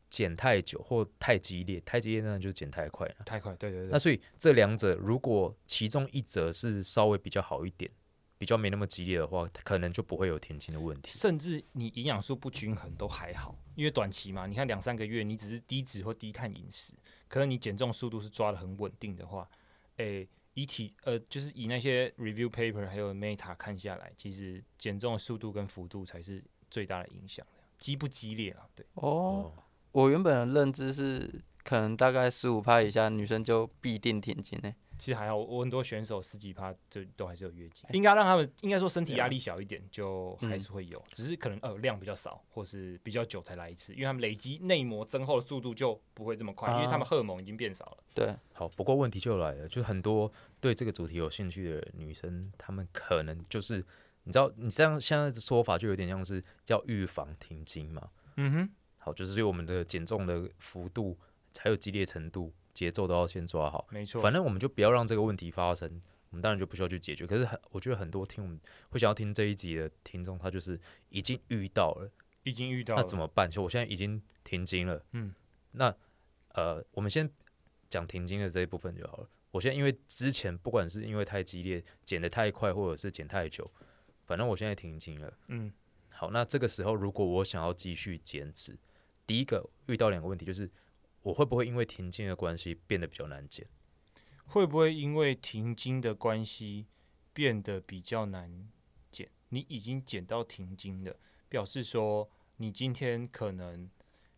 Speaker 1: 减太久或太激烈，太激烈那就是减太快了。
Speaker 3: 太快，对对对。
Speaker 1: 那所以这两者如果其中一者是稍微比较好一点，比较没那么激烈的话，可能就不会有停经的问题。
Speaker 3: 甚至你营养素不均衡都还好，因为短期嘛，你看两三个月，你只是低脂或低碳饮食，可能你减重速度是抓的很稳定的话，诶、以体呃，就是以那些 review paper 还有 Meta 看下来，其实减重的速度跟幅度才是最大的影响的，激不激烈啊？对，
Speaker 2: 哦，，我原本的认知是，可能大概十五趴以下女生就必定停经欸诶。
Speaker 3: 其实还好，我很多选手十几趴就都还是有月经，应该让他们应该说身体压力小一点，就还是会有，只是可能呃量比较少，或是比较久才来一次，因为他们累积内膜增厚的速度就不会这么快，因为他们荷尔蒙已经变少了。
Speaker 2: 对，
Speaker 1: 好，不过问题就来了，就很多对这个主题有兴趣的女生，她们可能就是你知道，你这样现在的说法就有点像是叫预防停经嘛。
Speaker 3: 嗯哼，
Speaker 1: 好，就是对我们的减重的幅度还有激烈程度、节奏都要先抓好。
Speaker 3: 没错。
Speaker 1: 反正我们就不要让这个问题发生，我们当然就不需要去解决。可是很，我觉得很多听我们会想要听这一集的听众，他就是已经遇到了，
Speaker 3: 已经遇到了
Speaker 1: 那怎么办？就我现在已经停经了，
Speaker 3: 嗯，
Speaker 1: 那呃，我们先讲停经的这一部分就好了。我现在因为之前不管是因为太激烈、减得太快，或者是减太久，反正我现在停经了。
Speaker 3: 嗯，
Speaker 1: 好，那这个时候如果我想要继续减脂，第一个遇到两个问题就是，我会不会因为停经的关系变得比较难减？
Speaker 3: 会不会因为停经的关系变得比较难减？你已经减到停经了，表示说你今天可能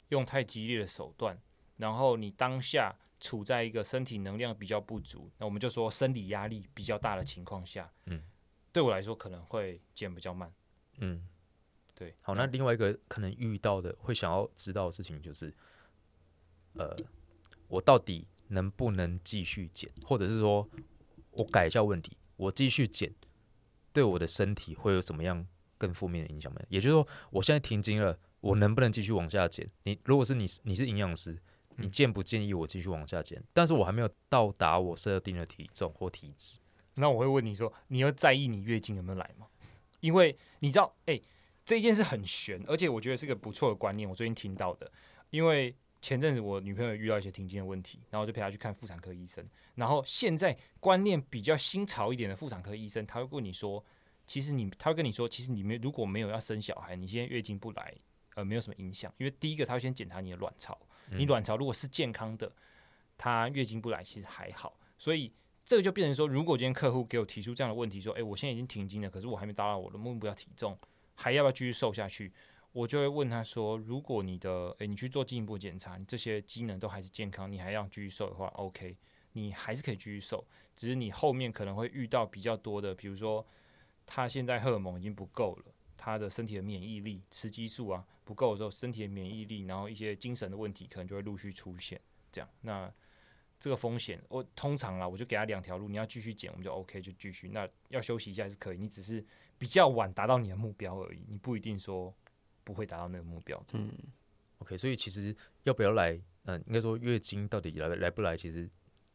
Speaker 3: 用太激烈的手段，然后你当下处在一个身体能量比较不足，那我们就说生理压力比较大的情况下，
Speaker 1: 嗯，
Speaker 3: 对我来说可能会减比较慢。
Speaker 1: 嗯，
Speaker 3: 对，
Speaker 1: 好，那另外一个可能遇到的会想要知道的事情就是，呃，我到底能不能继续减，或者是说我改一下问题，我继续减对我的身体会有什么样更负面的影响吗？也就是说，我现在停经了，我能不能继续往下减？你如果是你，你是营养师。你建不建议我继续往下减？但是我还没有到达我设定的体重或体脂。
Speaker 3: 那我会问你说，你要在意你月经有没有来吗？因为你知道，哎、这一件事很悬，而且我觉得是个不错的观念，我最近听到的。因为前阵子我女朋友遇到一些停经的问题，然后我就陪她去看妇产科医生。然后现在观念比较新潮一点的妇产科医生，他会问你说，其实你他会跟你说，其实你们如果没有要生小孩，你现在月经不来，呃，没有什么影响，因为第一个他会先检查你的卵巢，你
Speaker 1: 嗯
Speaker 3: 卵巢如果是健康的，它月经不来其实还好，所以。这个就变成说，如果今天客户给我提出这样的问题，说：“诶，我现在已经停经了，可是我还没达到我的目标体重，还要不要继续瘦下去？”我就会问他说：“如果你的诶，你去做进一步检查，你这些机能都还是健康，你还要继续瘦的话，OK，你还是可以继续瘦，只是你后面可能会遇到比较多的，比如说他现在荷尔蒙已经不够了，他的身体的免疫力、雌激素啊不够的时候，身体的免疫力，然后一些精神的问题可能就会陆续出现。这样，那这个风险，我通常啦，我就给他两条路，你要继续减，我们就 OK 就继续，那要休息一下是可以，你只是比较晚达到你的目标而已，你不一定说。”不会达到那个目标。
Speaker 2: 嗯，
Speaker 1: OK，所以其实要不要来，嗯、应该说月经到底来来不来，其实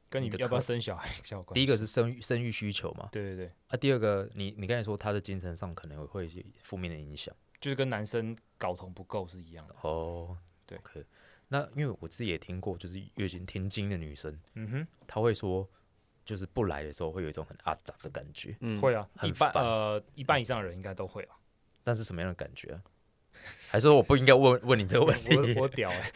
Speaker 3: 跟你
Speaker 1: 你的
Speaker 3: 要不要
Speaker 1: 课
Speaker 3: 生小孩比较有关系。
Speaker 1: 第一个是生育生育需求嘛，
Speaker 3: 对对对，
Speaker 1: 啊，第二个你你刚才说他的精神上可能会有一些负面的影响。
Speaker 3: 就是跟男生睾酮不够是一样的。
Speaker 1: 哦，
Speaker 3: 对
Speaker 1: ，OK。那因为我自己也听过，就是月经停经的女生，
Speaker 3: 嗯
Speaker 1: 她会说，就是不来的时候会有一种很阿杂的感觉，
Speaker 2: 嗯
Speaker 3: 哼，会啊，
Speaker 1: 很
Speaker 3: 一半
Speaker 1: 烦
Speaker 3: 呃一半以上的人应该都会啊。
Speaker 1: 但是什么样的感觉、啊？还是说我不应该问 问你这个问题？
Speaker 3: 我我屌哎、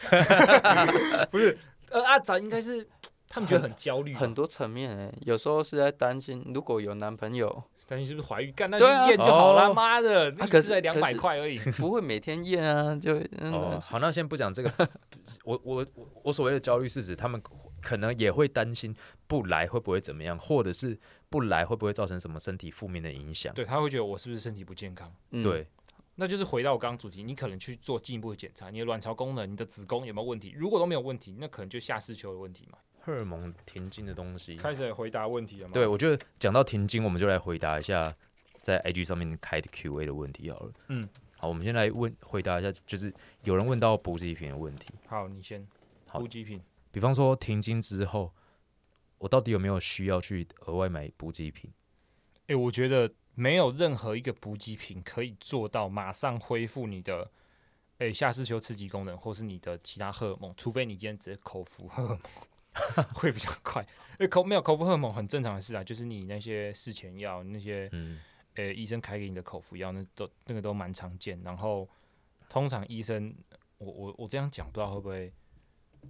Speaker 3: 不是，呃阿杂应该是他们觉得很焦虑嘛，
Speaker 2: 很多层面、欸，有时候是在担心，如果有男朋友，
Speaker 3: 担心是不是怀孕，干那
Speaker 2: 对啊
Speaker 3: 去验就好啦，
Speaker 1: 哦
Speaker 3: 妈的，
Speaker 2: 啊
Speaker 3: 那
Speaker 2: 可
Speaker 3: 可
Speaker 2: 是
Speaker 3: 是两
Speaker 2: 可
Speaker 3: 百
Speaker 2: 是
Speaker 3: 块而已。
Speaker 2: 不会每天验啊，就嗯、
Speaker 1: 哦，好，那先不讲这个。 我我我我所谓的焦虑是指他们可能也会担心不来会不会怎么样，或者是不来会不会造成什么身体负面的影响？
Speaker 3: 对，他会觉得我是不是身体不健康？
Speaker 2: 嗯
Speaker 1: 对，
Speaker 3: 那就是回到我刚刚主题，你可能去做进一步的检查，你的卵巢功能、你的子宫有没有问题？如果都没有问题，那可能就下视球的问题嘛。
Speaker 1: 荷尔蒙停经的东西。
Speaker 3: 开始回答问题了吗？
Speaker 1: 对，我觉得讲到停经，我们就来回答一下在 IG 上面开的 Q&A 的问题好了。
Speaker 3: 嗯，
Speaker 1: 好，我们先来问回答一下，就是有人问到补给品的问题，
Speaker 3: 好，你先。
Speaker 1: 好
Speaker 3: 补给品，
Speaker 1: 比方说停经之后，我到底有没有需要去额外买补给品？
Speaker 3: 诶、我觉得没有任何一个补给品可以做到马上恢复你的诶、下视球刺激功能，或是你的其他荷尔蒙，除非你今天只是口服荷尔蒙， 会比较快。因为口没有口服荷尔蒙很正常的事啊，就是你那些事前药、那些
Speaker 1: 嗯，
Speaker 3: 诶、医生开给你的口服药，那都那个都蛮常见。然后通常医生，我我我这样讲不知道会不会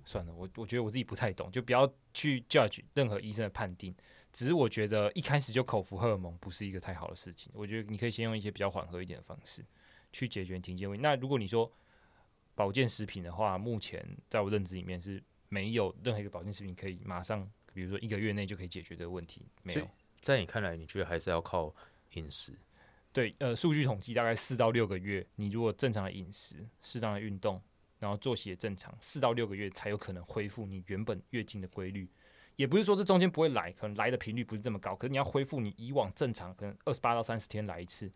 Speaker 3: 算了，我我觉得我自己不太懂，就不要去 judge 任何医生的判定。只是我觉得一开始就口服荷尔蒙不是一个太好的事情，我觉得你可以先用一些比较缓和一点的方式去解决停经问题。那如果你说保健食品的话，目前在我认知里面是没有任何一个保健食品可以马上，比如说一个月内就可以解决这个问题，没
Speaker 1: 所
Speaker 3: 有
Speaker 1: 以。在你看来，你觉得还是要靠饮食？
Speaker 3: 对，呃，数据统计大概四到六个月，你如果正常的饮食、适当的运动，然后作息也正常，四到六个月才有可能恢复你原本月经的规律。也不是说这中间不会来，可能来的频率不是这么高，可是你要恢复你以往正常，可能二十八到三十天来一次，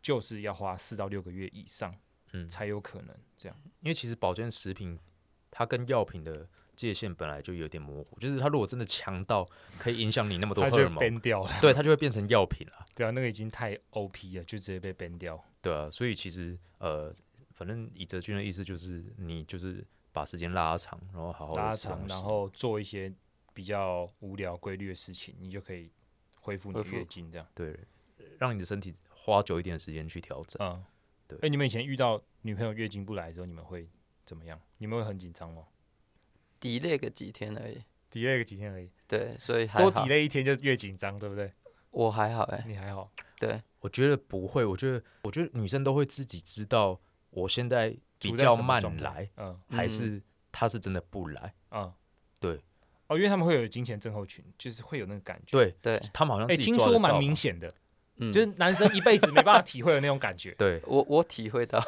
Speaker 3: 就是要花四到六个月以上
Speaker 1: 嗯，
Speaker 3: 才有可能这样。
Speaker 1: 因为其实保健食品它跟药品的界限本来就有点模糊，就是它如果真的强到可以影响你那么多
Speaker 3: 它
Speaker 1: 荷
Speaker 3: 就
Speaker 1: 尔蒙，
Speaker 3: ban 掉了，
Speaker 1: 对，它就会变成药品了。
Speaker 3: 对啊，那个已经太 OP 了，就直接被 ban 掉。
Speaker 1: 对啊，所以其实呃，反正以哲君的意思就是，你就是把时间拉长，然后好好地
Speaker 3: 拉
Speaker 1: 吃哦东
Speaker 3: 长，然
Speaker 1: 西
Speaker 3: 后做一些比较无聊规律的事情，你就可以恢复你
Speaker 2: 恢
Speaker 3: 的
Speaker 2: 复
Speaker 3: 月经这样。
Speaker 1: 对，让你的身体花久一点的时间去调整。
Speaker 3: 嗯，
Speaker 1: 对
Speaker 3: 哎、你们以前遇到女朋友月经不来的时候，你们会怎么样？你们会很紧张吗
Speaker 2: ，delay 个几天而已。
Speaker 3: ？delay 个几天而已，
Speaker 2: 对，所以还
Speaker 3: 多
Speaker 2: 好，
Speaker 3: delay 啊一天就越紧张，对不 对？
Speaker 2: 我还好哎、
Speaker 3: 你还好，
Speaker 2: 对，
Speaker 1: 我觉得不会，我觉得我觉得女生都会自己知道，我现在比
Speaker 3: 处在
Speaker 1: 较
Speaker 3: 什么
Speaker 1: 慢
Speaker 3: 状态
Speaker 1: 来，
Speaker 3: 嗯
Speaker 1: 还
Speaker 2: 嗯
Speaker 1: 是她是真的不来？
Speaker 3: 嗯，
Speaker 1: 对
Speaker 3: 哦，因为他们会有金钱症候群，就是会有那个感觉。
Speaker 1: 对，
Speaker 2: 对，
Speaker 1: 他们好像
Speaker 3: 哎、
Speaker 1: 自己
Speaker 3: 听
Speaker 1: 抓得
Speaker 3: 说
Speaker 1: 到
Speaker 3: 蛮
Speaker 1: 嘛。
Speaker 3: 明显的，
Speaker 2: 嗯，
Speaker 3: 就是男生一辈子没办法体会的那种感觉
Speaker 1: 对
Speaker 2: 我我体会到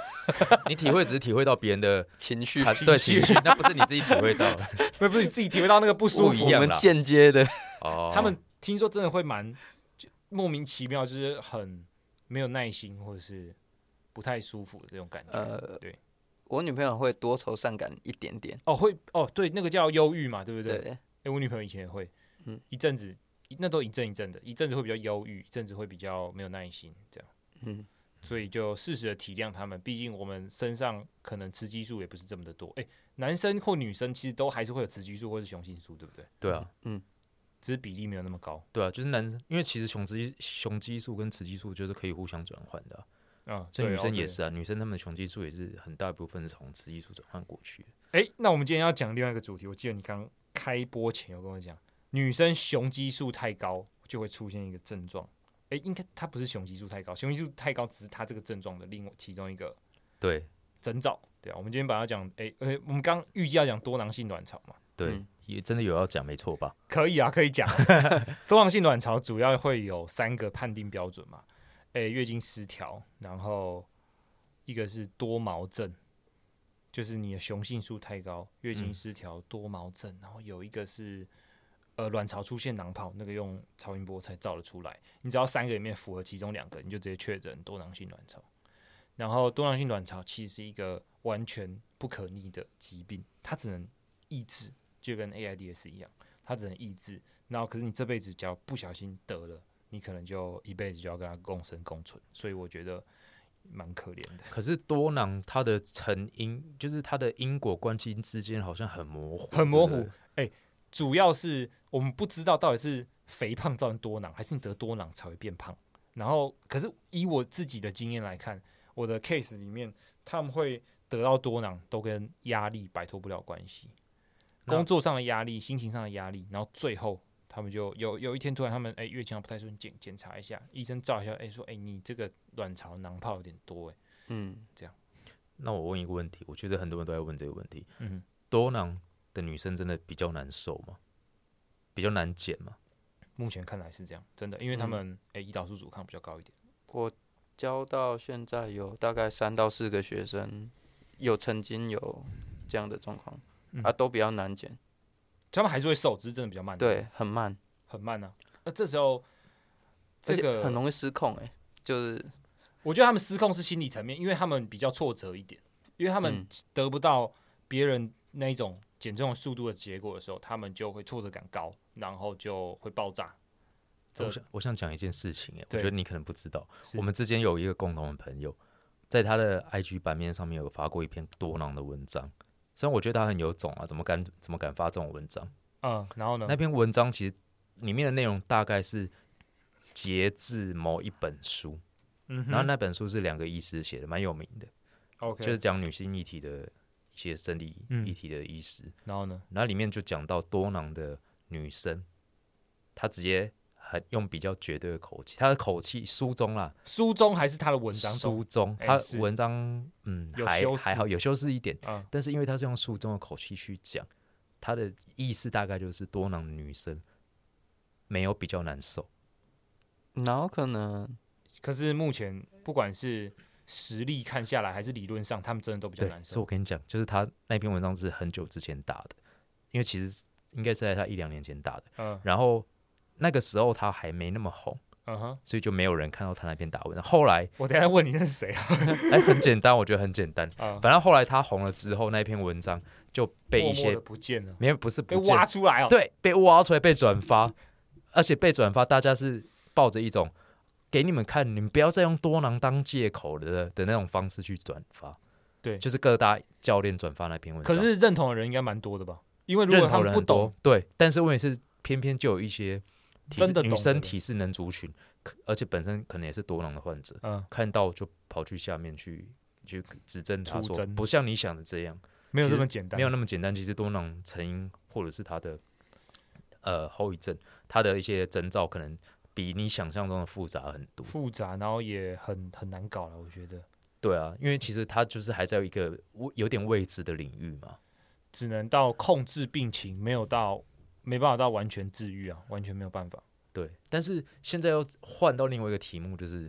Speaker 1: 你体会只是体会到别人 的
Speaker 2: 情绪，
Speaker 1: 惨对情绪，那不是你自己体会到的
Speaker 3: 那 不是你自己体会到那个不舒
Speaker 1: 不
Speaker 3: 服
Speaker 1: 一
Speaker 2: 我
Speaker 1: 样
Speaker 2: 们
Speaker 1: 啦
Speaker 2: 间接的，
Speaker 1: 哦。
Speaker 3: 他们听说真的会蛮就莫名其妙，就是很没有耐心，或者是不太舒服的这种感觉。
Speaker 2: 呃
Speaker 3: 对，
Speaker 2: 我女朋友会多愁善感一点点，
Speaker 3: 哦，会哦，对，那个叫忧郁嘛，对不对？
Speaker 2: 对，
Speaker 3: 哎、我女朋友以前也会，
Speaker 2: 嗯
Speaker 3: 一阵子，一那都一阵一阵的，一阵子会比较忧郁，一阵子会比较没有耐心，这样。
Speaker 2: 嗯，
Speaker 3: 所以就适时的体谅他们，毕竟我们身上可能雌激素也不是这么的多。诶，男生或女生其实都还是会有雌激素或是雄性素，对不对？
Speaker 1: 对啊，
Speaker 3: 只是比例没有那么高。
Speaker 1: 对啊，就是男，因为其实雄激雄激素跟雌激素就是可以互相转换的啊、
Speaker 3: 嗯，
Speaker 1: 所以
Speaker 3: 对
Speaker 1: 女
Speaker 3: 哦
Speaker 1: 生
Speaker 3: 对
Speaker 1: 也是啊，女生她们的雄激素也是很大一部分是从雌激素转换过去的。
Speaker 3: 哎、那我们今天要讲另外一个主题，我记得你刚开播前有跟我讲，女生雄激素太高就会出现一个症状。哎、应该它不是雄激素太高，雄激素太高只是它这个症状的另外其中一个
Speaker 1: 对
Speaker 3: 征兆，对啊。我们今天把它讲，哎、呃，我们刚预计要讲多囊性卵巢嘛，
Speaker 1: 对，
Speaker 2: 嗯
Speaker 1: 也真的有要讲，没错吧？
Speaker 3: 可以啊，可以讲。多囊性卵巢主要会有三个判定标准嘛，哎、月经失调，然后一个是多毛症，就是你的雄性素太高，月经
Speaker 1: 嗯
Speaker 3: 失调、多毛症，然后有一个是呃卵巢出现囊泡，那个用超音波才照得出来。你只要三个里面符合其中两个，你就直接确诊多囊性卵巢。然后多囊性卵巢其实是一个完全不可逆的疾病，它只能抑制，就跟 AIDS 一样，它只能抑制。然后可是你这辈子只要不小心得了，你可能就一辈子就要跟它共生共存。所以我觉得蛮可怜的。
Speaker 1: 可是多囊它的成因，就是它的因果关系之间好像很模糊，
Speaker 3: 很模糊
Speaker 1: 对不对
Speaker 3: 主要是我们不知道到底是肥胖造成多囊，还是你得多囊才会变胖。然后，可是以我自己的经验来看，我的 case 里面，他们会得到多囊都跟压力摆脱不了关系，
Speaker 1: 那
Speaker 3: 工作上的压力、心情上的压力，然后最后他们就有有一天突然他们哎月经好像不太顺，检检查一下，医生照一下，哎说哎你这个卵巢囊泡有点多哎，
Speaker 2: 嗯，
Speaker 1: 那我问一个问题，我觉得很多人都在问这个问题：
Speaker 3: 嗯，
Speaker 1: 多囊的女生真的比较难受吗？比较难减吗？
Speaker 3: 目前看来是这样，真的，因为他们哎胰岛素阻抗比较高一点。
Speaker 2: 我教到现在有大概三到四个学生，有曾经有这样的状况、
Speaker 3: 嗯嗯
Speaker 2: 啊，都比较难减，
Speaker 3: 他们还是会瘦，只是真的比较慢，，
Speaker 2: 对，很慢，
Speaker 3: 很慢啊。那这时候，这
Speaker 2: 而且
Speaker 3: 个
Speaker 2: 很容易失控、欸，哎，就是
Speaker 3: 我觉得他们失控是心理层面，因为他们比较挫折一点，因为他们
Speaker 2: 嗯
Speaker 3: 得不到别人那一种减重速度的结果的时候，他们就会挫折感高，然后就会爆炸。这
Speaker 1: 我想我想讲一件事情、哎，我
Speaker 3: 对
Speaker 1: 觉得你可能不知道，
Speaker 3: 是
Speaker 1: 我们之间有一个共同的朋友，在他的 IG 版面上面有发过一篇多囊的文章。虽然我觉得他很有种啊，怎么敢怎么敢发这种文章？
Speaker 3: 嗯，然后呢
Speaker 1: 那？篇文章其实里面的内容大概是截至某一本书，
Speaker 3: 嗯哼，
Speaker 1: 然后那本书是两个医师写的，蛮有名的，
Speaker 3: OK，
Speaker 1: 就是讲女性议题的一些生理
Speaker 3: 嗯
Speaker 1: 议题的医师。
Speaker 3: 然后呢？
Speaker 1: 然后里面就讲到多囊的女生，她直接很用比较绝对的口气，她的口气书中啦，
Speaker 3: 书中还是他的文章中，
Speaker 1: 书中
Speaker 3: 哎
Speaker 1: 她
Speaker 3: 是
Speaker 1: 文章嗯
Speaker 3: 有
Speaker 1: 还
Speaker 3: 修
Speaker 1: 还
Speaker 3: 饰
Speaker 1: 好有修饰一点，
Speaker 3: 嗯
Speaker 1: 但是因为她是用书中的口气去讲，她的意思大概就是多囊女生没有比较难受，
Speaker 2: 然后可能
Speaker 3: 可是目前不管是实力看下来，还是理论上，他们真的都比较
Speaker 1: 对
Speaker 3: 难，
Speaker 1: 所以
Speaker 3: 受
Speaker 1: 我。跟你讲，就是她那篇文章是很久之前打的，因为其实应该是在她一两年前打的，
Speaker 3: 嗯
Speaker 1: 然后那个时候她还没那么红。
Speaker 3: 嗯哼，
Speaker 1: 所以就没有人看到她那篇打文。后来
Speaker 3: 我等一下问你那是谁啊？
Speaker 1: 哎，很简 单，我觉得很简单。
Speaker 3: 啊
Speaker 1: 反正后来他红了之后，那篇文章就被一
Speaker 3: 默
Speaker 1: 些
Speaker 3: 默地不见了，
Speaker 1: 没有不是
Speaker 3: 被
Speaker 1: 不见
Speaker 3: 挖，出来哦。
Speaker 1: 对，被挖出来被转发，而且被转发，大家是抱着一种给你们看，你们不要再用多囊当借口的的那种方式去转发。
Speaker 3: 对
Speaker 1: 就是各大教练转发那篇文章，
Speaker 3: 可是认同的人应该蛮多的吧？因为如
Speaker 1: 认
Speaker 3: 果他
Speaker 1: 同
Speaker 3: 们
Speaker 1: 人
Speaker 3: 不
Speaker 1: 很
Speaker 3: 懂
Speaker 1: 多，，对，但是问题是偏偏就有一些体
Speaker 3: 真的懂
Speaker 1: 女
Speaker 3: 的
Speaker 1: 生
Speaker 3: 人
Speaker 1: 体适能族群，可而且本身可能也是多囊的患者，
Speaker 3: 嗯，
Speaker 1: 看到就跑去下面去去指正他
Speaker 3: 出
Speaker 1: 说，
Speaker 3: 征
Speaker 1: 不像你想的这样。
Speaker 3: 没有
Speaker 1: 其
Speaker 3: 这
Speaker 1: 实
Speaker 3: 么简单，
Speaker 1: 没有那么简单。其实多囊成因或者是它的呃后遗症，它的一些征兆可能比你想象中的复杂很多。
Speaker 3: 复杂，然后也很很难搞了，我觉得
Speaker 1: 对啊，因为其实它就是还在一个未有点未知的领域嘛。
Speaker 3: 只能到控制病情，没有到没办法到完全治愈啊，完全没有办法。
Speaker 1: 对，但是现在要换到另外一个题目，就是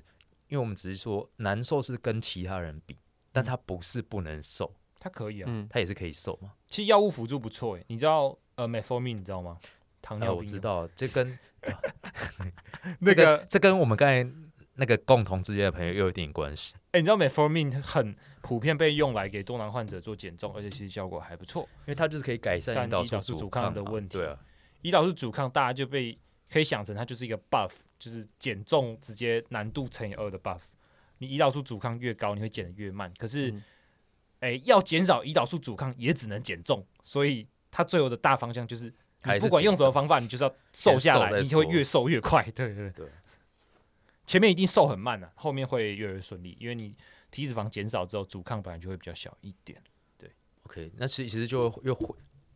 Speaker 1: 因为我们只是说难受是跟其他人比，但它不是不能受，
Speaker 3: 它可以啊，
Speaker 2: 嗯，
Speaker 1: 它也是可以受嘛。
Speaker 3: 其实药物辅助不错诶、你知道呃 metformin 你知道吗？糖
Speaker 1: 哎、
Speaker 3: 尿病、
Speaker 1: 我知，道这跟
Speaker 3: 嗯 那
Speaker 1: 这
Speaker 3: 个
Speaker 1: 跟这跟我们刚才那个共同之间的朋友又有点关系。
Speaker 3: 哎、你知道 metformin 很普遍被用来给多囊患者做减重，而且其实效果还不错。
Speaker 1: 因为它就是可以改善
Speaker 3: 善
Speaker 1: 胰岛
Speaker 3: 胰岛
Speaker 1: 素
Speaker 3: 素阻
Speaker 1: 阻
Speaker 3: 抗
Speaker 1: 抗
Speaker 3: 的
Speaker 1: 嘛
Speaker 3: 问题
Speaker 1: 对啊，
Speaker 3: 胰岛素阻抗，大家就被可以想成它就是一个 buff，就是减重直接难度乘以二的 buff。你胰岛素阻抗越高，你会减得越慢。可是
Speaker 2: 嗯，
Speaker 3: 哎、要减少胰岛素阻抗，也只能减重，所以它最后的大方向就是，
Speaker 1: 还
Speaker 3: 你
Speaker 1: 是
Speaker 3: 不管用什么方法，你就是要瘦
Speaker 1: 先
Speaker 3: 下
Speaker 1: 瘦再
Speaker 3: 来，你就会
Speaker 1: 说
Speaker 3: 越瘦越快。对对
Speaker 1: 对。
Speaker 3: 前面一定瘦很慢了、后面会越来越顺利，因为你体脂肪减少之后，阻抗本来就会比较小一点。
Speaker 1: OK，那其其实就又回，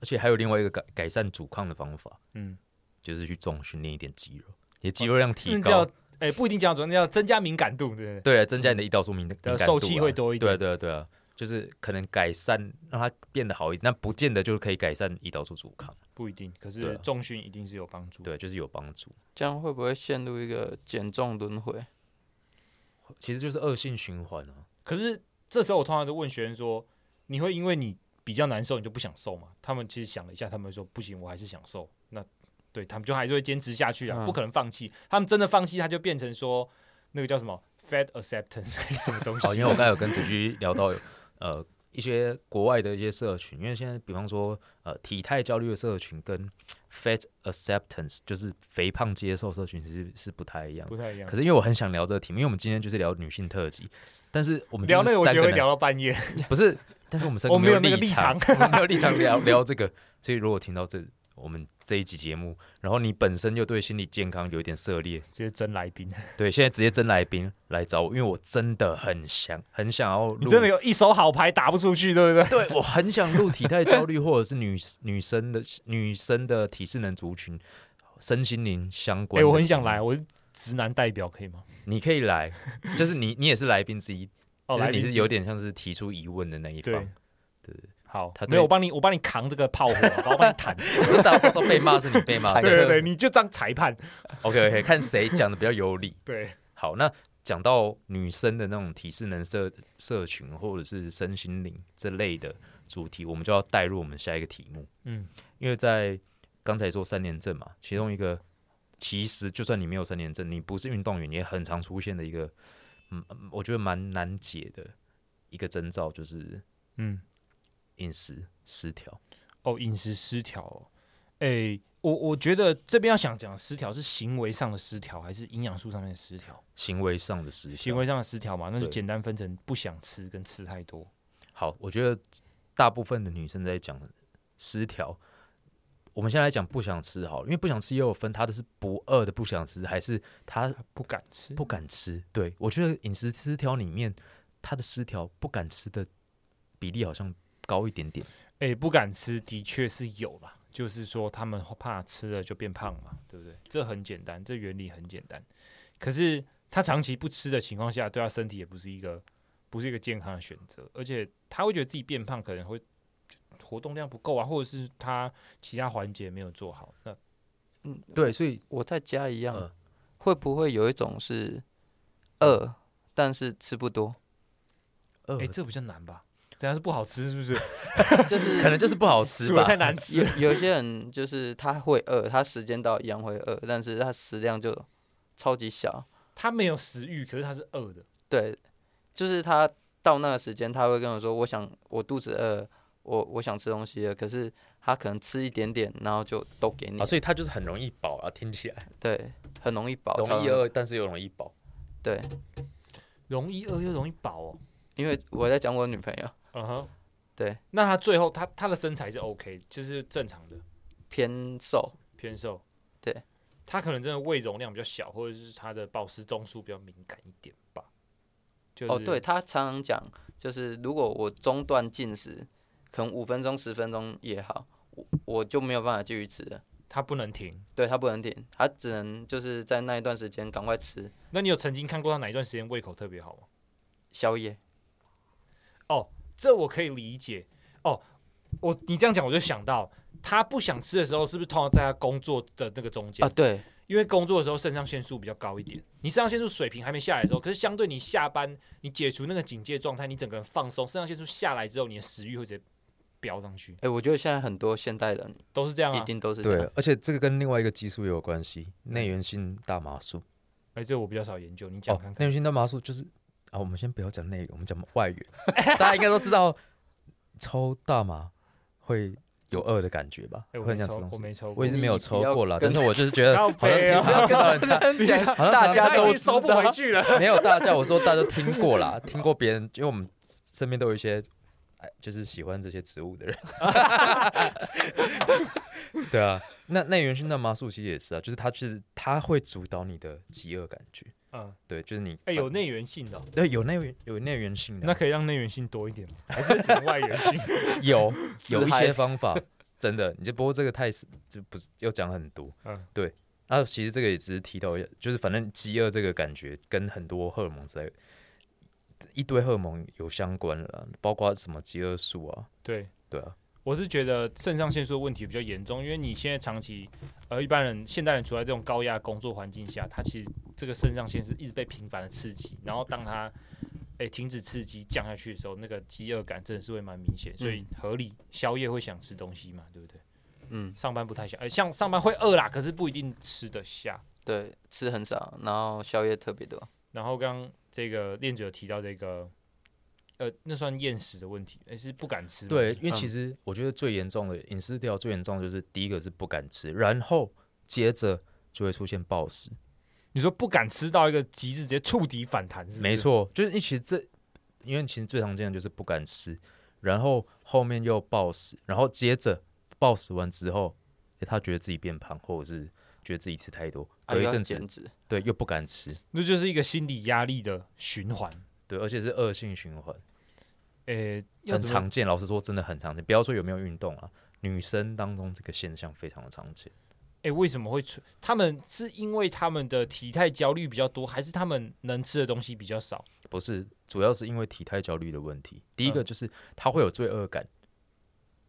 Speaker 1: 而且还有另外一个改改善阻抗的方法，
Speaker 3: 嗯，
Speaker 1: 就是去重训练一点肌肉，你的肌肉量提
Speaker 3: 那
Speaker 1: 高，
Speaker 3: 叫哎、不一定叫准，那叫增加敏感度，对不对？
Speaker 1: 对，啊增加你的胰岛素敏敏感
Speaker 3: 的
Speaker 1: 度、啊，
Speaker 3: 呃受气会多一
Speaker 1: 对啊
Speaker 3: 点。
Speaker 1: 对啊对啊，就是可能改善让它变得好一点，但不见得就可以改善胰岛素阻抗，
Speaker 3: 不一定，可
Speaker 1: 对
Speaker 3: 是
Speaker 1: 啊
Speaker 3: 重训一定是有帮助。，
Speaker 1: 对，就是有帮助。
Speaker 2: 这样会不会陷入一个减重轮回？
Speaker 1: 其实就是恶性循环啊，
Speaker 3: 可是这时候我通常都问学生说：“你会因为你比较难受，你就不想瘦吗？”他们其实想了一下，他们会说：“不行，我还是想瘦。那”对他们就还是会坚持下去啊，
Speaker 2: 嗯
Speaker 3: 不可能放弃。他们真的放弃，他就变成说那个叫什么 “fat acceptance” 还是什啊么东西？
Speaker 1: 哦，因为我刚才有跟子居聊到，呃，一些国外的一些社群，因为现在比方说，呃，体态焦虑的社群跟 fat acceptance 就是肥胖接受社群其实是不太一样。
Speaker 3: 不太一样
Speaker 1: 可。是因为我很想聊这个题目，因为我们今天就是聊女性特辑，但是我们就
Speaker 3: 聊
Speaker 1: 是
Speaker 3: 那个我觉
Speaker 1: 三
Speaker 3: 得会
Speaker 1: 男
Speaker 3: 聊到半夜，
Speaker 1: 不是，但是我们三个
Speaker 3: 我没有
Speaker 1: 立
Speaker 3: 那个立
Speaker 1: 场，我们没有立场聊聊这个，所以如果听到这我们这一集节目，然后你本身又对心理健康有一点涉猎，
Speaker 3: 直接真来宾。
Speaker 1: 对，现在直接真来宾来找我，因为我真的很想很想要
Speaker 3: 你
Speaker 1: 录，
Speaker 3: 真的有一手好牌打不出去，对 不对？
Speaker 1: 对我很想录体态焦虑或者是女 女生的女生的体适能族群。身心灵相关，
Speaker 3: 哎、我很想来，，我是直男代表，可以吗？
Speaker 1: 你可以来，就是 你，你也是来宾之一，
Speaker 3: 哦，
Speaker 1: 只
Speaker 3: 来
Speaker 1: 是你
Speaker 3: 宾
Speaker 1: 是
Speaker 3: 之
Speaker 1: 有点像是提出疑问的那一
Speaker 3: 对
Speaker 1: 方，
Speaker 3: 好
Speaker 1: 他，对
Speaker 3: 没有我帮你，我帮你扛这个炮火，好吧我帮你弹。
Speaker 1: 真的到时候被骂是你被骂，
Speaker 2: 坦
Speaker 3: 对对对，
Speaker 2: 克
Speaker 3: 你就当裁判。
Speaker 1: OK OK，看谁讲的比较有理。
Speaker 3: 对，
Speaker 1: 好，那讲到女生的那种体适能社社群或者是身心灵这类的主题，我们就要带入我们下一个题目，
Speaker 3: 嗯，
Speaker 1: 因为在刚才说三连症嘛，其中一个其实就算你没有三连症，你不是运动员，也很常出现的一个，嗯，我觉得蛮难解的一个征兆就是
Speaker 3: 嗯，
Speaker 1: 饮食失调。
Speaker 3: 哦，饮食失调、哦，哎、我我觉得这边要想讲失调是行为上的失调，还是营养素上面的失调？
Speaker 1: 行为上的失
Speaker 3: 行
Speaker 1: 调，
Speaker 3: 为上的失调嘛，那就
Speaker 1: 对
Speaker 3: 简单分成不想吃跟吃太多。
Speaker 1: 好，我觉得大部分的女生在讲失调。我们先来讲不想吃好了，因为不想吃也有分，她的是不饿的不想吃，还是她
Speaker 3: 啊不敢吃，
Speaker 1: 不敢吃。对我觉得饮食失调里面，她的失调不敢吃的比例好像高一点点。
Speaker 3: 哎、不敢吃的确是有啦，就是说他们怕吃了就变胖嘛，对不对？这很简单，这原理很简单。可是他长期不吃的情况下，对他身体也不是一个不是一个健康的选择，而且他会觉得自己变胖可能会活动量不够啊，或者是他其他环节没有做好。那
Speaker 2: 嗯，
Speaker 1: 对，所以
Speaker 2: 我在家一样，
Speaker 3: 嗯
Speaker 1: 呃
Speaker 2: 会不会有一种是饿，但是吃不多，
Speaker 1: 饿、
Speaker 3: 哎、这比较难吧？这样是不好 吃是不是？
Speaker 2: 就是
Speaker 1: 可能就是不好吃
Speaker 3: 是我
Speaker 1: 吧
Speaker 3: 太。难 吃。
Speaker 2: 有有些人就是他会饿，他时间到一样会饿，但是他食量就超级小。
Speaker 3: 他没有食欲，可是他是饿的。
Speaker 2: 对，就是他到那个时间，他会跟我说：“我想我肚子饿，我我想吃东西了。”可是他可能吃一点点，然后就都给你。
Speaker 1: 啊，所以她就是很容易饱啊，听起来
Speaker 2: 对，很容易饱。超
Speaker 1: 容易饿，但是又容易饱。
Speaker 2: 对，
Speaker 3: 容易饿又容易饱哦。
Speaker 2: 因为我在讲我女朋友
Speaker 3: 嗯哼，
Speaker 2: 对。
Speaker 3: 那他最后他他的身材是 OK，就是正常的
Speaker 2: 偏瘦，
Speaker 3: 偏瘦。
Speaker 2: 对，
Speaker 3: 他可能真的胃容量比较小，或者是他的饱食中枢比较敏感一点吧。就是、
Speaker 2: 哦，对，他常常讲，就是如果我中断进食，可能五分钟、十分钟也好，我我就没有办法继续吃了。
Speaker 3: 他不能停。
Speaker 2: 对他不能停，他只能就是在那一段时间赶快吃
Speaker 3: 那你有曾经看过他哪一段时间胃口特别好吗？
Speaker 2: 宵夜。
Speaker 3: 这我可以理解。哦，我你这样讲我就想到，他不想吃的时候，是不是通常在他工作的那个中间
Speaker 2: 啊，？对，
Speaker 3: 因为工作的时候肾上腺素比较高一点，你肾上腺素水平还没下来的时候，可是相对你下班，你解除那个警戒状态，你整个人放松，肾上腺素下来之后，你的食欲会直接飙上去，
Speaker 2: 哎、我觉得现在很多现代人
Speaker 3: 都是这样
Speaker 2: 一
Speaker 3: 啊。
Speaker 2: 定都是这
Speaker 1: 对
Speaker 2: 样。，
Speaker 1: 而且这个跟另外一个激素也有关系，内源性大麻素。
Speaker 3: 哎，这我比较少研究，你讲
Speaker 1: 哦
Speaker 3: 看，
Speaker 1: 内
Speaker 3: 看。
Speaker 1: 源性大麻素就是啊，我们先不要讲 那个，我们讲外源，大家应该都知道，抽大麻会有饿的感觉吧，
Speaker 3: 哎，我
Speaker 1: 会很
Speaker 3: 没
Speaker 1: 想吃
Speaker 3: 抽，
Speaker 1: 东
Speaker 3: 我
Speaker 1: 西。
Speaker 3: 没抽过，
Speaker 1: 我也是没有抽过了，
Speaker 2: 你
Speaker 1: 但
Speaker 2: 不
Speaker 1: 是我就是觉得好
Speaker 3: 靠
Speaker 1: 像
Speaker 3: 北
Speaker 1: 平常
Speaker 3: 啊
Speaker 1: 看到人家
Speaker 2: 讲
Speaker 1: 好像
Speaker 2: 大家
Speaker 1: 常
Speaker 3: 他
Speaker 2: 都
Speaker 3: 已经
Speaker 2: 知
Speaker 3: 收不
Speaker 2: 道
Speaker 3: 回去了。
Speaker 1: 没有大家，我说大家听过啦，听过别人，因为我们身边都有一些，哎，就是喜欢这些植物的人。 对啊，那那原性蛋麻素其实也是啊，就是它是它会主导你的饥饿感觉，
Speaker 3: 嗯，
Speaker 1: 对，就是你
Speaker 3: 哎，有内源性的哦，
Speaker 1: 对有内源有内源性的，
Speaker 3: 那可以让内源性多一点吗？还是只能外源性？
Speaker 1: 有有一
Speaker 2: 嗨
Speaker 1: 些方法， 真的，你就不过这个太是就不是要讲很多，
Speaker 3: 嗯
Speaker 1: 对。那、其实这个也只是提到一下，就是反正饥饿这个感觉跟很多荷尔蒙在一堆荷尔蒙有相关了啦，包括什么饥饿素啊，
Speaker 3: 对，
Speaker 1: 对啊，
Speaker 3: 我是觉得肾上腺素的问题比较严重，因为你现在长期，呃，一般人现代人处在这种高压工作环境下，他其实这个肾上腺是一直被频繁的刺激，然后当他诶、停止刺激降下去的时候，那个饥饿感真的是会蛮明显，所以
Speaker 1: 嗯
Speaker 3: 合理宵夜会想吃东西嘛，对不对？
Speaker 2: 嗯，
Speaker 3: 上班不太想，诶、呃像上班会饿啦，可是不一定吃得下。
Speaker 2: 对，吃很少，然后宵夜特别多。
Speaker 3: 然后刚刚这个恋者提到这个，呃，那算厌食的问题，诶、是不敢吃吗？
Speaker 1: 对，因为其
Speaker 2: 嗯
Speaker 1: 实我觉得最严重的饮食掉最严重的就是第一个是不敢吃，然后接着就会出现暴食，
Speaker 3: 你说不敢吃到一个极致，直接触底反弹，是不是？
Speaker 1: 没错，就是一起这，因为其实最常见的就是不敢吃，然后后面又暴食，然后接着暴食完之后，诶他觉得自己变胖，或者是觉得自己吃太多，
Speaker 2: 啊
Speaker 1: 隔一
Speaker 2: 又要
Speaker 1: 阵子
Speaker 2: 减脂，
Speaker 1: 对又不敢吃，
Speaker 3: 那就是一个心理压力的循环。
Speaker 1: 对，而且是恶性循环，
Speaker 3: 诶、要
Speaker 1: 很
Speaker 3: 怎么
Speaker 1: 常见。老实说，真的很常见。不要说有没有运动啊，女生当中这个现象非常的常见。
Speaker 3: 诶、呃为什么会出？他们是因为他们的体态焦虑比较多，还是他们能吃的东西比较少？
Speaker 1: 不是，主要是因为体态焦虑的问题。第一个
Speaker 3: 嗯
Speaker 1: 就是他会有罪恶感，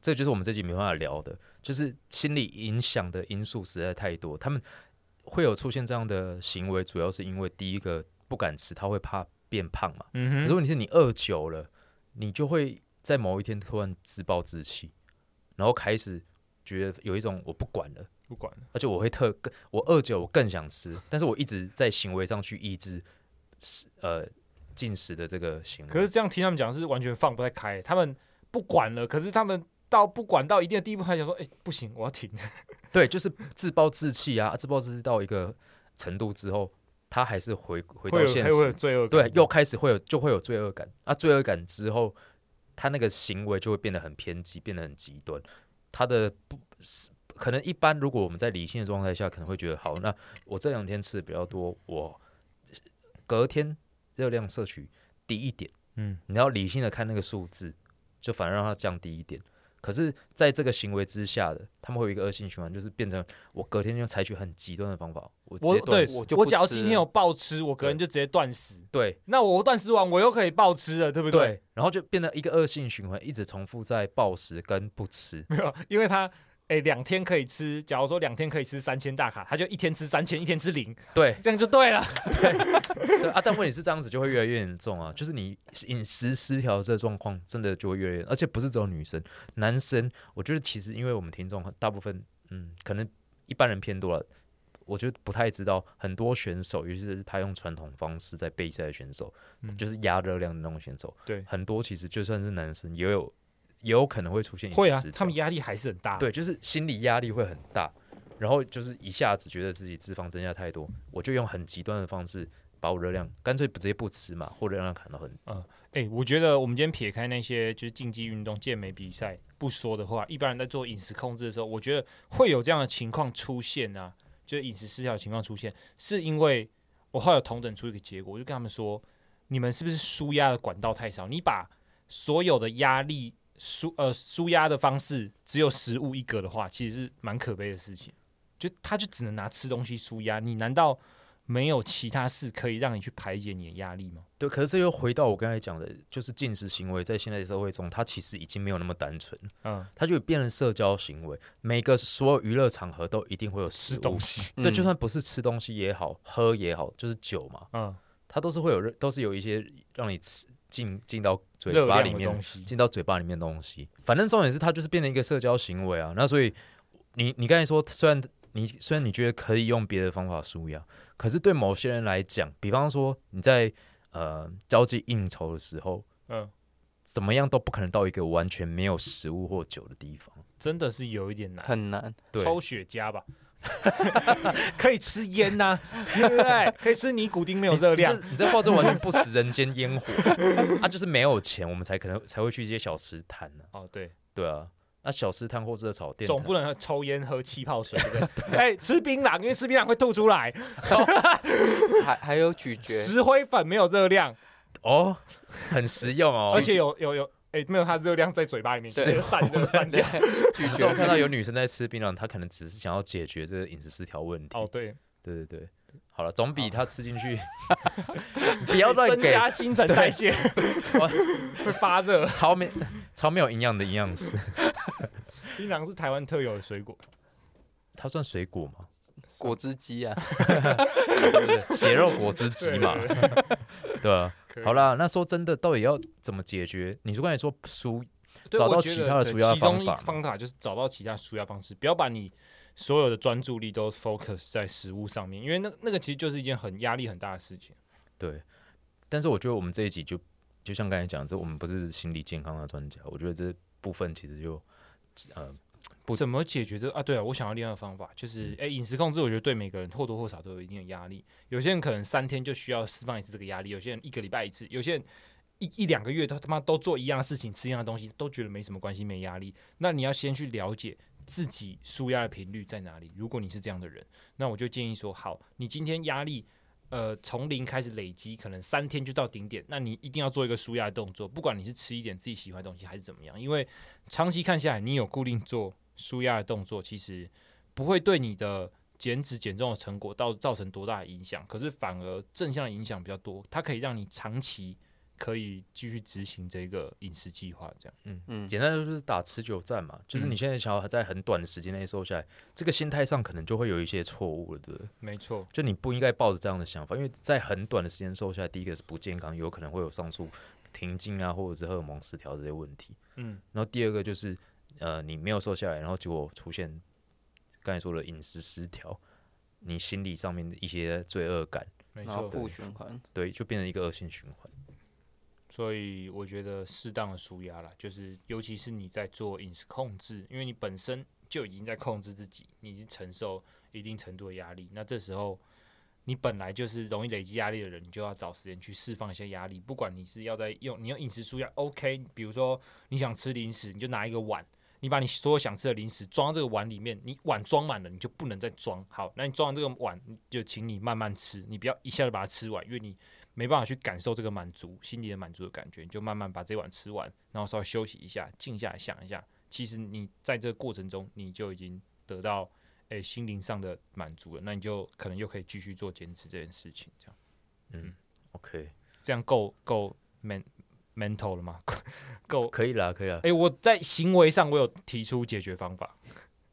Speaker 1: 这就是我们这集没办法聊的，就是心理影响的因素实在太多。他们会有出现这样的行为，主要是因为第一个不敢吃，他会怕变胖嘛。可
Speaker 3: 嗯
Speaker 1: 是，问题是你饿久了，你就会在某一天突然自暴自弃，然后开始觉得有一种我不管了。
Speaker 3: 不管了。
Speaker 1: 而且我会特更，我饿久我更想吃，但是我一直在行为上去抑制食呃进食的这个行为。
Speaker 3: 可是这样听他们讲是完全放不太开、他们不管了，可是他们到不管到一定的地步，还想说，诶、哎不行，我要停。
Speaker 1: 对，就是自暴自弃啊，自暴自弃到一个程度之后，他还是回回
Speaker 3: 会
Speaker 1: 到
Speaker 3: 有
Speaker 1: 现
Speaker 3: 还会有
Speaker 1: 实，
Speaker 3: 罪恶感
Speaker 1: 对，又开始会有就会有罪恶感啊，罪恶感之后，他那个行为就会变得很偏激，变得很极端，他的不是。可能一般，如果我们在理性的状态下，可能会觉得好，那我这两天吃的比较多，我隔天热量摄取低一点。
Speaker 3: 嗯，
Speaker 1: 你要理性的看那个数字，就反而让它降低一点。可是，在这个行为之下的，他们会有一个恶性循环，就是变成我隔天就采取很极端的方法，我直
Speaker 3: 我
Speaker 1: 接
Speaker 3: 对
Speaker 1: 断食。
Speaker 2: 我就
Speaker 3: 我
Speaker 2: 不
Speaker 3: 只要
Speaker 2: 吃
Speaker 3: 今天有暴吃，我可能就直接断食。
Speaker 1: 对
Speaker 3: 那我断食完，我又可以暴吃了，对不
Speaker 1: 对？然后就变得一个恶性循环，一直重复在暴食跟不吃。
Speaker 3: 没有，因为他诶两、天可以吃，假如说两天可以吃三千大卡，他就一天吃三千，一天吃零，
Speaker 1: 对
Speaker 3: 这样就 对了。
Speaker 1: 对啊，但问题是这样子就会越来越严重啊，就是你饮食失调的这个状况真的就会越来越，而且不是只有女生，男生我觉得其实因为我们听众大部分，嗯，可能一般人偏多了。我觉得不太知道，很多选手，尤其是他用传统方式在备赛的选手，
Speaker 3: 嗯
Speaker 1: 就是压热量的那种选手，
Speaker 3: 对
Speaker 1: 很多其实就算是男生，也有也有可能会出现饮食
Speaker 3: 会啊
Speaker 1: 失，调
Speaker 3: 他们压力还是很大。，啊
Speaker 1: 对，就是心理压力会很大，然后就是一下子觉得自己脂肪增加太多，我就用很极端的方式把我热量干脆不直接不吃嘛，或者让它砍到很
Speaker 3: 哎、我觉得我们今天撇开那些就是竞技运动、健美比赛不说的话，一般人在做饮食控制的时候，我觉得会有这样的情况出现啊，就是饮食失调的情况出现，是因为我后来有统整出一个结果，我就跟他们说，你们是不是舒压的管道太少？你把所有的压力舒呃舒压的方式只有食物一个的话，其实是蛮可悲的事情。就他就只能拿吃东西舒压，你难道没有其他事可以让你去排解你的压力吗？
Speaker 1: 对，可是这又回到我刚才讲的，就是进食行为在现代社会中，它其实已经没有那么单纯，
Speaker 3: 嗯，
Speaker 1: 它就变成社交行为。每个所有娱乐场合都一定会有食
Speaker 3: 吃
Speaker 1: 物
Speaker 3: 东，西，
Speaker 1: 对，就
Speaker 2: 嗯
Speaker 1: 算不是吃东西也好，喝也好，就是酒嘛，
Speaker 3: 嗯，
Speaker 1: 它都是会有热，都是有一些让你吃进进到嘴
Speaker 3: 热
Speaker 1: 巴
Speaker 3: 量
Speaker 1: 里
Speaker 3: 的
Speaker 1: 面
Speaker 3: 东西。
Speaker 1: 进到嘴巴里面的东西。反正重点是它就是变成一个社交行为啊。那所以你你刚才说，虽然你虽然你觉得可以用别的方法舒压，可是对某些人来讲，比方说你在呃交际应酬的时候，
Speaker 3: 嗯，
Speaker 1: 怎么样都不可能到一个完全没有食物或酒的地方。
Speaker 3: 真的是有一点难。
Speaker 2: 很难。
Speaker 1: 对，
Speaker 3: 抽雪茄吧， 可以吃烟呐、对不 对？可以吃尼古丁没有热量
Speaker 1: 你，这，你这话这完全不食人间烟火 啊！就是没有钱，我们才可能才会去一些小吃摊呢、
Speaker 3: 哦，对，
Speaker 1: 对啊，那小吃摊或热炒店，
Speaker 3: 总不能抽烟喝气泡水，对不 对？哎，吃槟榔，因为吃槟榔会吐出来。
Speaker 2: 还还有咀嚼，
Speaker 3: 石灰粉没有热量，
Speaker 1: 哦，很实用哦。
Speaker 3: 而且有有有，哎，没有它热量在嘴巴里面，直接散热 散掉。
Speaker 2: 咀
Speaker 1: 这种
Speaker 2: 嚼
Speaker 1: 看到有女生在吃槟榔，她可能只是想要解决这个饮食失调问题。
Speaker 3: 哦，对，
Speaker 1: 对对对，好了，总比她吃进 去，不要乱
Speaker 3: 增
Speaker 1: 给
Speaker 3: 加新陈代谢，
Speaker 1: 哇
Speaker 3: 会发热。
Speaker 1: 超没超没有营养的营养师。
Speaker 3: 槟榔是台湾特有的水果，
Speaker 1: 它算水果吗？
Speaker 2: 果汁机啊，
Speaker 1: 对不对血肉果汁机嘛，
Speaker 3: 对对对
Speaker 1: 对啊。
Speaker 3: 可以
Speaker 1: 好啦，那说真的，到底要怎么解决？你说刚才说输
Speaker 3: 对
Speaker 1: 找
Speaker 3: 我
Speaker 1: 到
Speaker 3: 觉
Speaker 1: 其
Speaker 3: 得
Speaker 1: 他的
Speaker 3: 对
Speaker 1: 舒压
Speaker 3: 其中
Speaker 1: 方
Speaker 3: 一
Speaker 1: 法嘛
Speaker 3: 方法就是找到其他舒压方式，不要把你所有的专注力都 focus 在食物上面，因为那那个其实就是一件很压力很大的事情。
Speaker 1: 对，但是我觉得我们这一集就就像刚才讲的，这我们不是心理健康的专家，我觉得这部分其实就呃不
Speaker 3: 怎么解决这啊？对啊，我想要另外一个方法，就是诶，饮食控制，我觉得对每个人或多或少都有一定的压力。有些人可能三天就需要释放一次这个压力，有些人一个礼拜一次，有些人一一两个月他他妈都做一样的事情，吃一样的东西，都觉得没什么关系，没压力。那你要先去了解自己舒压的频率在哪里。如果你是这样的人，那我就建议说，好，你今天压力。呃，从零开始累积，可能三天就到顶点。那你一定要做一个舒压的动作，不管你是吃一点自己喜欢的东西还是怎么样，因为长期看下来，你有固定做舒压的动作，其实不会对你的减脂减重的成果到造成多大的影响，可是反而正向的影响比较多，它可以让你长期可以继续执行这个饮食计划，这样
Speaker 2: 嗯，
Speaker 1: 简单就是打持久战嘛，就是你现在想要在很短的时间内瘦下来，这个心态上可能就会有一些错误了，对不对？
Speaker 3: 没错，
Speaker 1: 就你不应该抱着这样的想法，因为在很短的时间瘦下来，第一个是不健康，有可能会有上述停经啊，或者是荷尔蒙失调这些问题。
Speaker 3: 嗯，
Speaker 1: 然后第二个就是，呃，你没有瘦下来，然后结果出现刚才说的饮食失调，你心理上面的一些罪恶感，
Speaker 3: 没
Speaker 2: 然后
Speaker 3: 错。
Speaker 2: 不循环，
Speaker 1: 对，就变成一个恶性循环。
Speaker 3: 所以我觉得适当的舒压啦，就是尤其是你在做饮食控制，因为你本身就已经在控制自己，你已经承受一定程度的压力，那这时候你本来就是容易累积压力的人，你就要找时间去释放一些压力。不管你是要在用你用饮食舒压，OK，比如说你想吃零食，你就拿一个碗。你把你所有想吃的零食装到这个碗里面，你碗装满了，你就不能再装。好，那你装完这个碗，你就请你慢慢吃，你不要一下就把它吃完，因为你没办法去感受这个满足，心里的满足的感觉，你就慢慢把这碗吃完，然后稍微休息一下，静下来想一下。其实你在这个过程中，你就已经得到诶、心灵上的满足了，那你就可能又可以继续做减脂这件事情，这样
Speaker 1: 嗯，OK，
Speaker 3: 这样够够 men mental 了吗？ 够
Speaker 1: 可以啦，可以啦
Speaker 3: 诶、。我在行为上我有提出解决方法，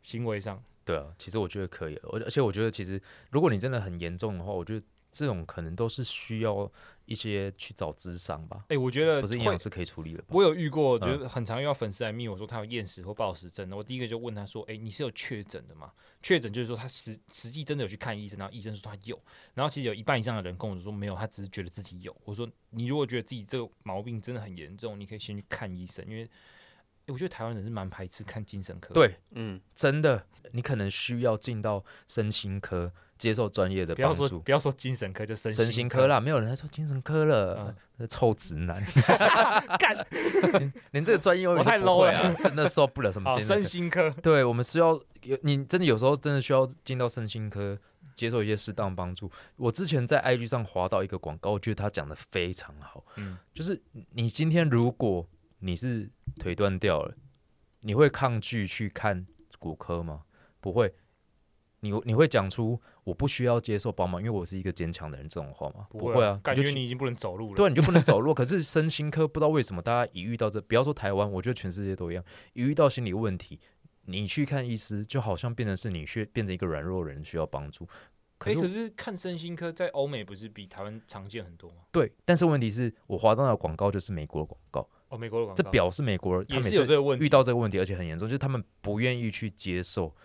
Speaker 3: 行为上
Speaker 1: 对啊，其实我觉得可以了，而而且我觉得其实如果你真的很严重的话，我觉得这种可能都是需要一些去找智商吧，
Speaker 3: 诶、我觉得
Speaker 1: 不是营
Speaker 3: 呃会
Speaker 1: 养师可以处理的吧？
Speaker 3: 我有遇过，
Speaker 1: 嗯
Speaker 3: 就是很常遇到粉丝来密我说他有厌食或暴食症，我第一个就问他说：“诶，你是有确诊的吗？”确诊就是说他实实际真的有去看医生，然后医生说他有，然后其实有一半以上的人跟我说没有，他只是觉得自己有。我说你如果觉得自己这个毛病真的很严重，你可以先去看医生，因为诶我觉得台湾人是蛮排斥看精神科的，
Speaker 1: 对，
Speaker 2: 嗯，
Speaker 1: 真的，你可能需要进到身心科接受专业的
Speaker 3: 不要
Speaker 1: 帮
Speaker 3: 说
Speaker 1: 助。
Speaker 3: 不要说精神科，就身
Speaker 1: 身心
Speaker 3: 心
Speaker 1: 科
Speaker 3: 啦，
Speaker 1: 啦，没有人在说精神科了
Speaker 3: 嗯，
Speaker 1: 那臭直 男，
Speaker 3: 干
Speaker 1: 连这个专业用语
Speaker 3: 我
Speaker 1: 都
Speaker 3: 太
Speaker 1: 不会
Speaker 3: low
Speaker 1: 啊，真的受不了什么
Speaker 3: 好
Speaker 1: 精神
Speaker 3: 身
Speaker 1: 科。
Speaker 3: 心科，
Speaker 1: 对，我们需要有你真的有时候真的需要进到身心科接受一些适当帮助。我之前在 IG 上划到一个广告，我觉得他讲的非常好，
Speaker 3: 嗯
Speaker 1: 就是你今天如果你是腿断掉了，你会抗拒去看骨科吗？不会，你你会讲出我不需要接受帮忙，因为我是一个坚强的人这种话吗？不会啊，
Speaker 3: 感
Speaker 1: 就
Speaker 3: 觉
Speaker 1: 去
Speaker 3: 你已经不能走路了，
Speaker 1: 对啊，你就不能走路。可是身心科不知道为什么，大家一遇到这，不要说台湾，我觉得全世界都一样，一遇到心理问题，你去看医师，就好像变成是你需变成一个软弱人需要帮助。可
Speaker 3: 诶
Speaker 1: 是、
Speaker 3: 可是看身心科在欧美不是比台湾常见很多吗？
Speaker 1: 对，但是问题是我滑到的广告就是美国的广告，
Speaker 3: 哦，美国的广告
Speaker 1: 这表示美国人他
Speaker 3: 也
Speaker 1: 每
Speaker 3: 是有这
Speaker 1: 次
Speaker 3: 个问题
Speaker 1: 遇，到这个问题，而且很严重，就是他们不愿意去接受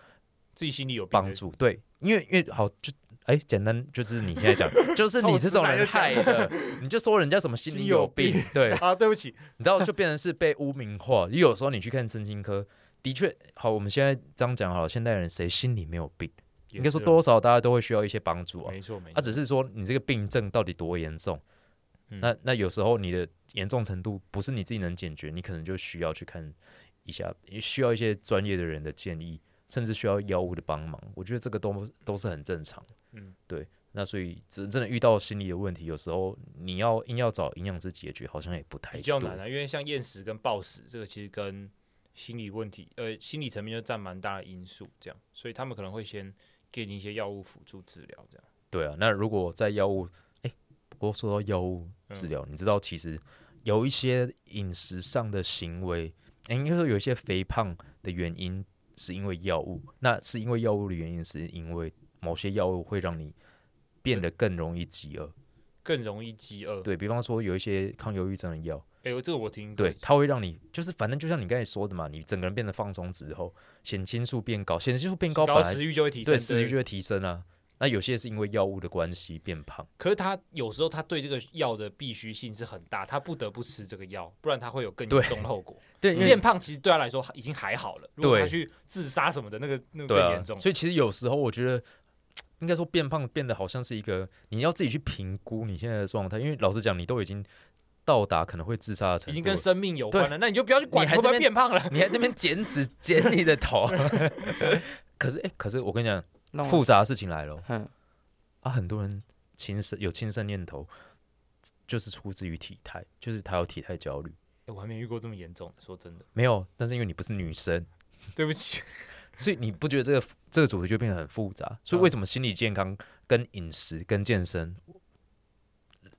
Speaker 3: 自己心里有病
Speaker 1: 帮
Speaker 3: 的
Speaker 1: 助。对，因为因为好就哎，简单就是你现在讲，就是你这种人害的，你就说人家什么心理有病
Speaker 3: 心有，
Speaker 1: 对，
Speaker 3: 啊，对不起，
Speaker 1: 你知道就变成是被污名化。 因为有时候你去看身心科，的确好，我们现在这样讲好了，现代人谁心里没有病？ 应该说多少大家都会需要一些帮助啊。
Speaker 3: 没错没
Speaker 1: 啊，
Speaker 3: 错，
Speaker 1: 只是说你这个病症到底多严重？
Speaker 3: 嗯
Speaker 1: 那那有时候你的严重程度不是你自己能解决，你可能就需要去看一下，需要一些专业的人的建议，甚至需要药物的帮忙。我觉得这个都都是很正常。
Speaker 3: 嗯，
Speaker 1: 对。那所以真真的遇到心理的问题，有时候你要硬要找营养师解决，好像也不太
Speaker 3: 比较
Speaker 1: 对
Speaker 3: 难啊，因为像厌食跟暴食这个其实跟心理问题，呃，心理层面就占蛮大的因素，这样，所以他们可能会先给你一些药物辅助治疗，这样。
Speaker 1: 对啊，那如果在药物，哎、不过说到药物治疗，你知道其实有一些饮食上的行为，哎、应该说有一些肥胖的原因是因为药物，那是因为药物的原因，是因为某些药物会让你变得更容易饥饿。
Speaker 3: 更容易饥饿。
Speaker 1: 对比方说有一些抗忧郁症的药，
Speaker 3: 哎、呦，这个我听过
Speaker 1: 对，它会让你就是反正就像你刚才说的嘛，你整个人变得放松之后，血清素变高，血清素变高本
Speaker 3: 然后
Speaker 1: 来
Speaker 3: 食欲就会提升，
Speaker 1: 对食欲就会提升啊。那有些是因为药物的关系变胖。
Speaker 3: 可是他有时候他对这个药的必须性是很大，他不得不吃这个药，不然他会有更严
Speaker 1: 对
Speaker 3: 重的后果。
Speaker 1: 对，因为
Speaker 3: 变胖其实对他来说已经还好了，如果
Speaker 1: 对
Speaker 3: 他去自杀什么的，那个那个
Speaker 1: 对
Speaker 3: 更
Speaker 1: 啊
Speaker 3: 严，重。
Speaker 1: 所以其实有时候我觉得，应该说变胖变得好像是一个你要自己去评估你现在的状态，因为老实讲，你都已经到达可能会自杀的
Speaker 3: 已
Speaker 1: 程
Speaker 3: 经
Speaker 1: 度
Speaker 3: 跟
Speaker 1: 了，
Speaker 3: 生命有关了，那你就不要去管
Speaker 1: 你还
Speaker 3: 会不会
Speaker 1: 这边
Speaker 3: 变胖了。
Speaker 1: 你还在那边减脂减你的 头。可是哎、可是我跟你讲，
Speaker 2: 那我
Speaker 1: 复杂的事情来了
Speaker 2: 嗯，
Speaker 1: 啊！很多人轻生有轻生念头，就是出自于体态，就是他有体态焦虑。
Speaker 3: 欸诶我还没遇过这么严重的，说真的，
Speaker 1: 没有，但是因为你不是女生，
Speaker 3: 对不起。
Speaker 1: 所以你不觉得这个这个主题就变得很复
Speaker 3: 嗯
Speaker 1: 杂？所以为什么心理健康跟饮食跟健身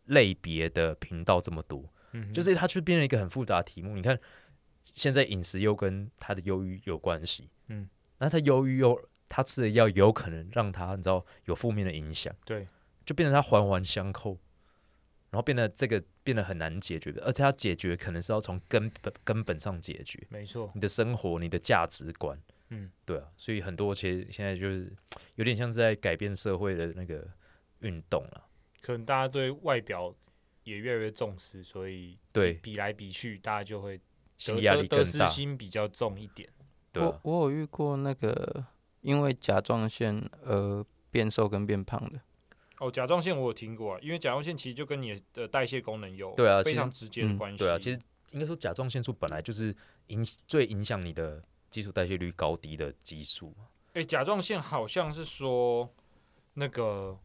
Speaker 1: 类别的频道这么多？
Speaker 3: 嗯哼，
Speaker 1: 就是它就变成一个很复杂的题目。你看，现在饮食又跟他的忧郁有关系，
Speaker 3: 嗯，
Speaker 1: 那他忧郁又他吃的药有可能让他你知道有负面的影响，
Speaker 3: 对，
Speaker 1: 就变成他环环相扣，然后变得这个变得很难解决，而且他解决可能是要从根本根本上解决。
Speaker 3: 没错，
Speaker 1: 你的生活、你的价值观，
Speaker 3: 嗯，
Speaker 1: 对啊，所以很多其实现在就是有点像是在改变社会的那个运动了。
Speaker 3: 可能大家对外表也越来越重视，所以
Speaker 1: 对，
Speaker 3: 比来比去，大家就会
Speaker 1: 心
Speaker 3: 得
Speaker 1: 理压
Speaker 3: 得
Speaker 1: 力
Speaker 3: 得
Speaker 1: 更
Speaker 3: 失
Speaker 1: 大，
Speaker 3: 心比较重一点。
Speaker 1: 对、
Speaker 2: 我
Speaker 1: 啊，
Speaker 2: 我有遇过那个因为甲状腺而变瘦跟变胖的，
Speaker 3: 哦，甲状腺我有听过啊，因为甲状腺其实就跟你的代谢功能有
Speaker 1: 对啊其
Speaker 3: 非
Speaker 1: 实
Speaker 3: 常直接的
Speaker 2: 嗯
Speaker 3: 关系。
Speaker 1: 对啊，其实应该说甲状腺素本来就是影最影响你的基础代谢率高低的激素嘛。
Speaker 3: 哎、甲状腺好像是说那个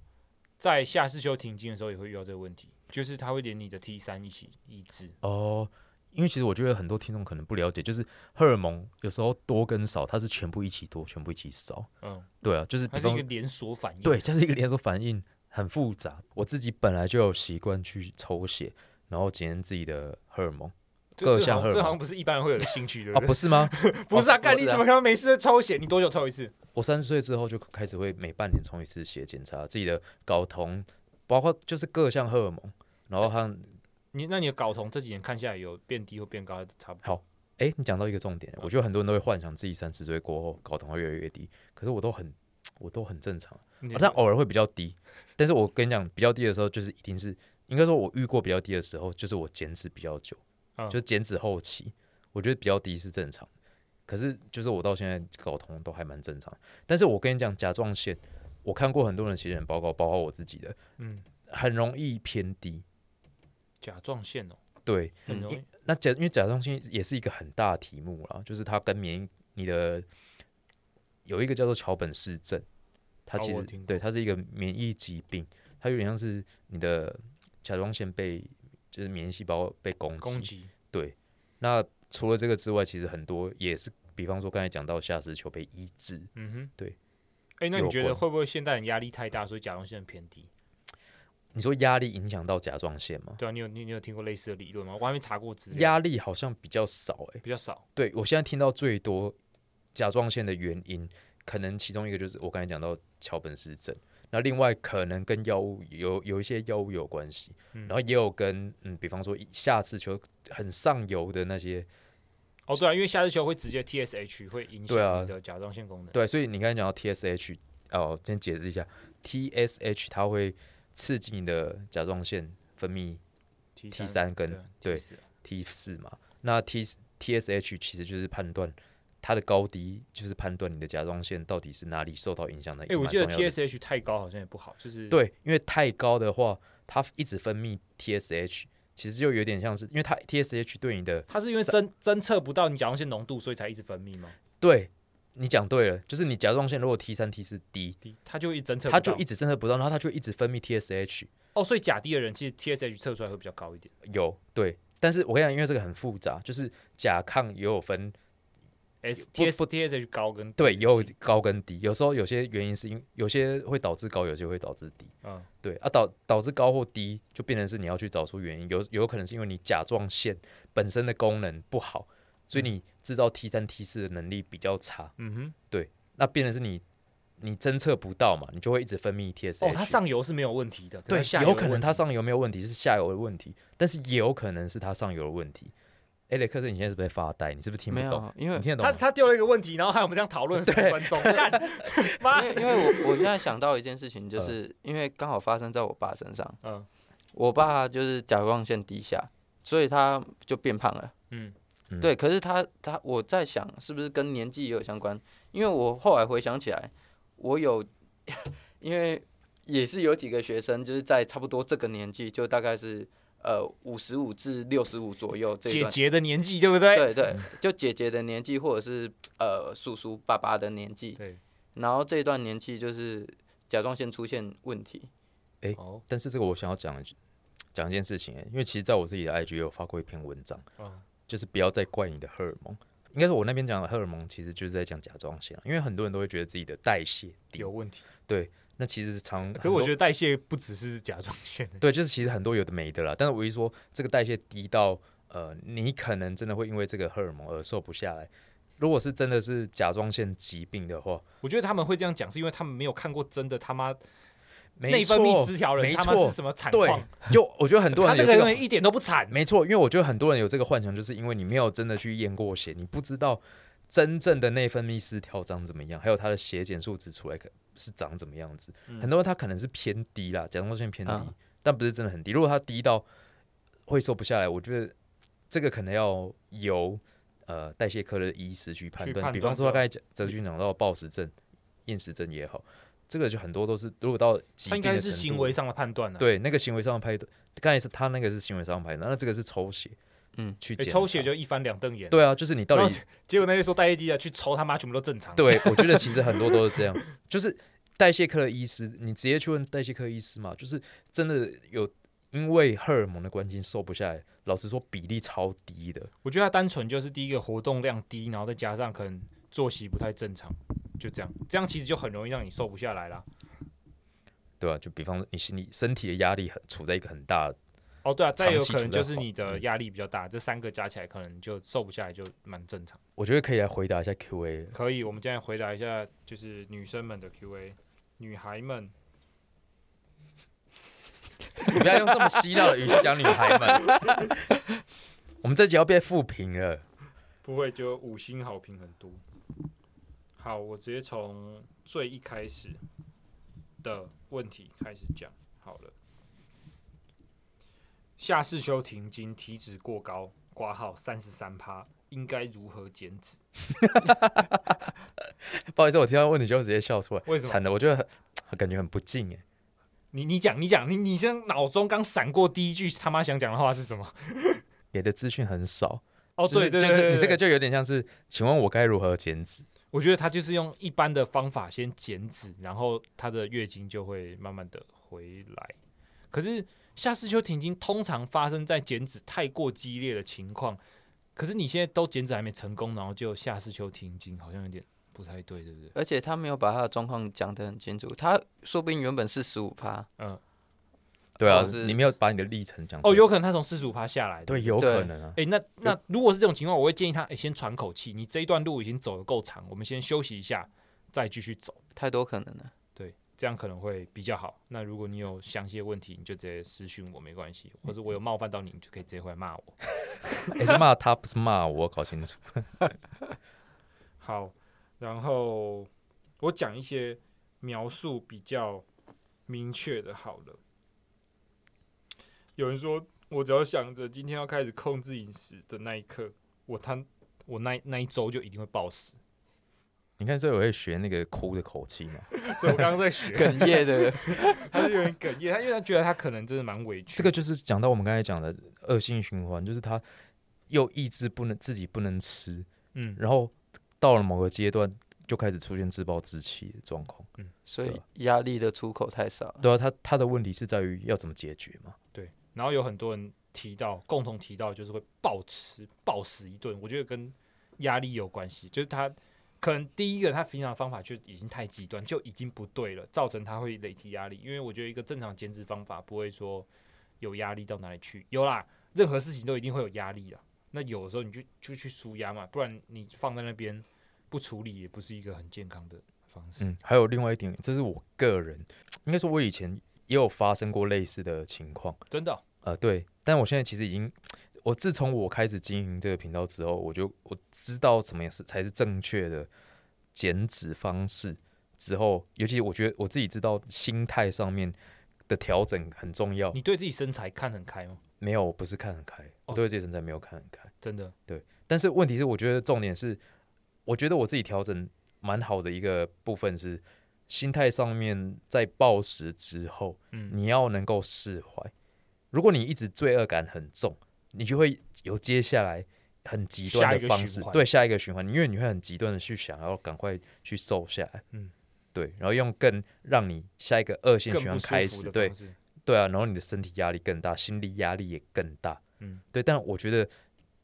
Speaker 3: 在下视丘停经的时候也会遇到这个问题，就是它会连你的 T 三一起抑制。
Speaker 1: 哦，因为其实我觉得很多听众可能不了解，就是荷尔蒙有时候多跟少，它是全部一起多，全部一起少。
Speaker 3: 嗯，
Speaker 1: 对啊，就是
Speaker 3: 它
Speaker 1: 比
Speaker 3: 是一
Speaker 1: 方
Speaker 3: 个连锁反应。
Speaker 1: 对，，就是一个连锁反应，很复杂。我自己本来就有习惯去抽血，然后检验自己的荷尔蒙
Speaker 3: 这
Speaker 1: 各
Speaker 3: 这
Speaker 1: 项
Speaker 3: 好
Speaker 1: 荷尔
Speaker 3: 这好
Speaker 1: 蒙
Speaker 3: 像不是一般人会有的兴趣，对
Speaker 1: 啊，
Speaker 3: 不对？
Speaker 1: 不哦是吗？
Speaker 3: 不是啊，干、
Speaker 2: 不
Speaker 3: 你
Speaker 2: 是
Speaker 3: 怎
Speaker 2: 啊
Speaker 3: 么可能没事抽血？你多久抽一次？
Speaker 1: 我三十岁之后就开始会每半年抽一次血，检查自己的睾酮，包括就是各项荷尔蒙，然后和
Speaker 3: 你那你的睾酮这几年看下来有变低或变高，还是差不多。
Speaker 1: 好哎、你讲到一个重点，我觉得很多人都会幻想自己三十岁过后睾酮会越来越低，可是我都很我都很正常。
Speaker 3: 你
Speaker 1: 啊但偶尔会比较低。但是我跟你讲，比较低的时候就是一定是，应该说我遇过比较低的时候，就是我减脂比较久，
Speaker 3: 嗯
Speaker 1: 就是减脂后期，我觉得比较低是正常。可是就是我到现在睾酮都还蛮正常，但是我跟你讲，甲状腺，我看过很多人其实很报告，包括我自己的，
Speaker 3: 嗯，
Speaker 1: 很容易偏低。
Speaker 3: 甲状腺哦，
Speaker 1: 对，
Speaker 3: 很容易。
Speaker 1: 那甲因为甲状腺也是一个很大的题目啦，就是它跟免疫你的有一个叫做桥本氏症，它
Speaker 3: 哦
Speaker 1: 其
Speaker 3: 我
Speaker 1: 实、
Speaker 3: 听过
Speaker 1: 对它是一个免疫疾病，它有点像是你的甲状腺被就是免疫细胞被攻击。
Speaker 3: 攻击
Speaker 1: 对，那除了这个之外，其实很多也是，比方说刚才讲到下视球被医治，
Speaker 3: 嗯哼，
Speaker 1: 对。
Speaker 3: 哎、那
Speaker 1: 有
Speaker 3: 你觉得
Speaker 1: 关
Speaker 3: 会不会现代人压力太大，所以甲状腺偏低？
Speaker 1: 你说压力影响到甲状腺吗？
Speaker 3: 对啊，你有你你有听过类似的理论吗？我还没查过资料，
Speaker 1: 压力好像比较少欸诶、
Speaker 3: 比较少。
Speaker 1: 对我现在听到最多甲状腺的原因，可能其中一个就是我刚才讲到桥本氏症，那另外可能跟药物有有一些药物有关系，
Speaker 3: 嗯
Speaker 1: 然后也有跟嗯，比方说下次球很上游的那些，
Speaker 3: 哦，对啊，因为夏日球会直接 TSH 会影
Speaker 1: 对啊
Speaker 3: 响你的甲状腺功能。
Speaker 1: 对，所以你刚才讲到 TSH，哦，先解释一下，TSH 它会刺激你的甲状腺分泌
Speaker 3: T
Speaker 1: T 三跟对
Speaker 3: T 四
Speaker 1: T 四嘛，那 T TSH 其实就是判断它的高低，就是判断你的甲状腺到底是哪里受到影响的。
Speaker 3: 哎、我
Speaker 1: 蛮
Speaker 3: 记得
Speaker 1: 重要的
Speaker 3: TSH 太高好像也不好，就是
Speaker 1: 对，因为太高的话，它一直分泌 TSH，其实就有点像是，因为它 TSH 对你的
Speaker 3: 它是因为
Speaker 1: 三
Speaker 3: 侦侦测不到你甲状腺浓度，所以才一直分泌吗？
Speaker 1: 对你讲对了，就是你甲状腺如果 T 三 T 四低，
Speaker 3: 低，它就一侦测不到，
Speaker 1: 它就一直侦测不到，然后它就一直分泌 TSH，
Speaker 3: 哦，所以甲低的人其实 TSH 测出来会比较高一点
Speaker 1: 有对，但是我跟你讲，因为这个很复杂，就是甲亢也有分，
Speaker 3: ，S
Speaker 1: 不
Speaker 3: T S
Speaker 1: 不
Speaker 3: T S H 高跟
Speaker 1: 对，也有高跟低，有时候有些原因是因有些会导致高，有些会导致低，
Speaker 3: 嗯
Speaker 1: 对啊导导致高或低，就变成是你要去找出原因，有有可能是因为你甲状腺本身的功能不好，所以你制造 T 三 T 四的能力比较差，
Speaker 3: 嗯哼，
Speaker 1: 那变成是你你侦测不到嘛，你就会一直分泌 TSH。
Speaker 3: 哦，它上游是没有问题的，可
Speaker 1: 对
Speaker 3: 是下，游
Speaker 1: 有
Speaker 3: 的
Speaker 1: 可能
Speaker 3: 问
Speaker 1: 它
Speaker 3: 题
Speaker 1: 上游没有问题，是下游的问题，但是也有可能是它上游的问题。哎，雷克斯，你现在是不是在发呆？你是不是听不
Speaker 2: 没
Speaker 1: 懂？
Speaker 3: 啊
Speaker 2: 有，因为
Speaker 1: 你听得
Speaker 3: 他
Speaker 1: 懂吗？
Speaker 3: 他丢了一个问题，然后害我们这样 讨论十分钟，干 妈
Speaker 2: 因，为因为我我现在想到一件事情，就是因为刚好发生在我爸身上，
Speaker 3: 嗯
Speaker 2: 我爸就是甲状腺低下，所以他就变胖了。
Speaker 3: 嗯，
Speaker 1: 嗯
Speaker 2: 对，可是他他我在想是不是跟年纪也有相关？因为我后来回想起来，我有 因为也是有几个学生就是在差不多这个年纪，就大概是呃五十五至六十五左右这一
Speaker 3: 姐
Speaker 2: 段。
Speaker 3: 姐的年纪对不对？
Speaker 2: 对对，就姐姐的年纪，或者是呃叔叔爸爸的年纪，
Speaker 3: 对，
Speaker 2: 然后这一段年纪就是甲状腺出现问题。
Speaker 3: 哦，
Speaker 1: 但是这个我想要讲一句讲一件事情、欸因为其实在我自己的 IG 也有发过一篇文章，
Speaker 3: 嗯
Speaker 1: 就是不要再怪你的荷尔蒙。应该是我那边讲的荷尔蒙，其实就是在讲甲状腺啊，因为很多人都会觉得自己的代谢低
Speaker 3: 有，问题。
Speaker 1: 那其实是常。
Speaker 3: 可是我觉
Speaker 1: 得
Speaker 3: 得代谢不只是甲状腺，
Speaker 1: 对，就是其实很多有的没的啦。但是我一说这个代谢低到呃，你可能真的会因为这个荷尔蒙而瘦不下来。如果是真的是甲状腺疾病的话，
Speaker 3: 我觉得他们会这样讲，是因为他们没有看过真的他妈
Speaker 1: 没
Speaker 3: 内
Speaker 1: 错
Speaker 3: 分泌失调人
Speaker 1: 没
Speaker 3: 他妈是
Speaker 1: 错，
Speaker 3: 什么惨
Speaker 1: 对
Speaker 3: 况，，
Speaker 1: 就我觉得很多
Speaker 3: 他
Speaker 1: 人有
Speaker 3: 那
Speaker 1: 这
Speaker 3: 个
Speaker 1: 个
Speaker 3: 人一点都不惨，
Speaker 1: 没错，因为我觉得很多人有这个幻想，就是因为你没有真的去验过血，你不知道真正的内分泌失调长怎么样，还有他的血检数值出来可是长怎么样子。
Speaker 3: 嗯
Speaker 1: 很多人他可能是偏低啦，甲状腺偏低，
Speaker 2: 啊
Speaker 1: 但不是真的很低。如果他低到会瘦不下来，我觉得这个可能要由呃代谢科的医师去判
Speaker 3: 去
Speaker 1: 断。
Speaker 3: 判
Speaker 1: 比方
Speaker 3: 断
Speaker 1: 说他
Speaker 3: 的
Speaker 1: 刚才讲泽军讲到的暴食症、厌食症也好，这个就很多都是如果到疾
Speaker 3: 他
Speaker 1: 病
Speaker 3: 应该
Speaker 1: 的
Speaker 3: 是
Speaker 1: 程
Speaker 3: 行
Speaker 1: 度
Speaker 3: 为上的判断啊哎了。
Speaker 1: 对，那个行为上的拍断，刚才是他那个是行为上的拍断，那这个是抽血，
Speaker 2: 嗯，
Speaker 1: 去
Speaker 3: 欸
Speaker 1: 检
Speaker 3: 抽
Speaker 1: 查
Speaker 3: 血就一翻两瞪眼。
Speaker 1: 对啊，就是你到
Speaker 3: 然后
Speaker 1: 底
Speaker 3: 结果那些说代谢低的啊去抽他妈全部都正常。，
Speaker 1: 对，我觉得其实很多都是这样，就是代谢科的医师，你直接去问代谢科医师嘛，就是真的有因为荷尔蒙的关系瘦不下来，老实说比例超低的，
Speaker 3: 我觉得他单纯就是第一个活动量低，然后再加上可能作息不太正常，就这样，这样其实就很容易让你瘦不下来啦。
Speaker 1: 对吧、啊就比方说你心理身体的压力很处在一个很大的，
Speaker 3: 哦，对啊，再有
Speaker 1: 长期
Speaker 3: 可能
Speaker 1: 处在
Speaker 3: 就是你
Speaker 1: 好
Speaker 3: 的
Speaker 1: 嗯
Speaker 3: 压力比较大，这三个加起来可能就瘦不下来，就蛮正常。
Speaker 1: 我觉得可以来回答一下 Q&A 了。
Speaker 3: 可以，我们现在回答一下，就是女生们的 Q&A，女孩们，
Speaker 1: 你不要用这么嬉闹的语气讲女孩们， 我们这集要被复评了。
Speaker 3: 不会就五星好评很多。好，我直接从最一开始的问题开始讲好了。下视丘停经，体脂过高，挂号三十三趴，应该如何减脂？
Speaker 1: 不好意思，我听到问题就直接笑出来，
Speaker 3: 为什么
Speaker 1: 惨的，我觉得很感觉很不敬哎。
Speaker 3: 你你讲，你讲，你你现在脑中刚闪过第一句他妈想讲的话是什么？
Speaker 1: 给的资讯很少，
Speaker 3: 哦，对对
Speaker 1: 就是就
Speaker 3: 对对
Speaker 1: 是你这
Speaker 3: 对
Speaker 1: 个就有点像是，请问我该如何减脂？
Speaker 3: 我觉得他就是用一般的方法先减脂，然后他的月经就会慢慢的回来。可是下视丘停经通常发生在减脂太过激烈的情况，可是你现在都减脂还没成功，然后就下视丘停经，好像有点不太对，对不对？
Speaker 2: 而且他没有把他的状况讲得很清楚，他说不定原本是十五趴，
Speaker 3: 嗯，
Speaker 1: 对啊
Speaker 2: 或者，是
Speaker 1: 你没有把你的历程讲出来
Speaker 3: 哦，有可能他从四十五趴下来的。
Speaker 1: 对，有
Speaker 2: 对
Speaker 1: 可能啊。
Speaker 3: 哎、那那如果是这种情况，我会建议他，哎、先喘口气，你这一段路已经走得够长，我们先休息一下，再继续走。
Speaker 2: 太多可能了。
Speaker 3: 对，这样可能会比较好。那如果你有详细的问题，你就直接私讯我，没关系，或者我有冒犯到你，你就可以直接回来骂 我。
Speaker 1: 哎，是骂他，不是骂我，搞清楚。
Speaker 3: 好，然后我讲一些描述比较明确的好了。有人说，我只要想着今天要开始控制饮食的那一刻，我他我那那一周就一定会暴食。
Speaker 1: 你看，所以我会学那个哭的口气 嘛。
Speaker 3: 对我刚刚在学，
Speaker 2: 哽咽的，
Speaker 3: 他就有点哽咽，他因为他觉得他可能真的蛮委屈。
Speaker 1: 这个就是讲到我们刚才讲的恶性循环，就是他又抑制不能自己不能吃，
Speaker 3: 嗯，
Speaker 1: 然后到了某个阶段就开始出现自暴自弃的状况。
Speaker 2: 所
Speaker 1: 对
Speaker 2: 以
Speaker 1: 啊
Speaker 2: 压力的出口太少了。
Speaker 1: 对啊，他他的问题是在于要怎么解决嘛？
Speaker 3: 对，然后有很多人提到，共同提到就是会暴吃、暴食一顿，我觉得跟压力有关系，就是他可能第一个他平常方法就已经太极端，就已经不对了，造成他会累积压力。因为我觉得一个正常减脂方法不会说有压力到哪里去，有啦，任何事情都一定会有压力啦。那有的时候你就就去舒压嘛，不然你放在那边不处理，也不是一个很健康的方式。
Speaker 1: 嗯，还有另外一点，这是我个人，应该说我以前也有发生过类似的情况。
Speaker 3: 真的哦、
Speaker 1: 呃，对，但我现在其实已经，我自从我开始经营这个频道之后，我就我知道怎么样是才是正确的减脂方式。之后，尤其我觉得我自己知道心态上面的调整很重要。
Speaker 3: 你对自己身材看很开吗？
Speaker 1: 没有，我不是看很开，我
Speaker 3: 哦
Speaker 1: 对健身材没有看很开。
Speaker 3: 真的，
Speaker 1: 但是问题是，我觉得重点是，我觉得我自己调整蛮好的一个部分是心态上面，在暴食之后，
Speaker 3: 嗯，
Speaker 1: 你要能够释怀。如果你一直罪恶感很重，你就会有接下来很极端的方
Speaker 3: 下一个
Speaker 1: 式
Speaker 3: 循，环
Speaker 1: 对下一个循环，因为你会很极端的去想要赶快去瘦下来，
Speaker 3: 嗯，
Speaker 1: 对，然后用更让你下一个恶性
Speaker 3: 更
Speaker 1: 循
Speaker 3: 不
Speaker 1: 环
Speaker 3: 舒
Speaker 1: 开
Speaker 3: 服
Speaker 1: 始，
Speaker 3: 的
Speaker 1: 对
Speaker 3: 方式
Speaker 1: 对啊，然后你的身体压力更大，心理压力也更大，
Speaker 3: 嗯，
Speaker 1: 对，但我觉得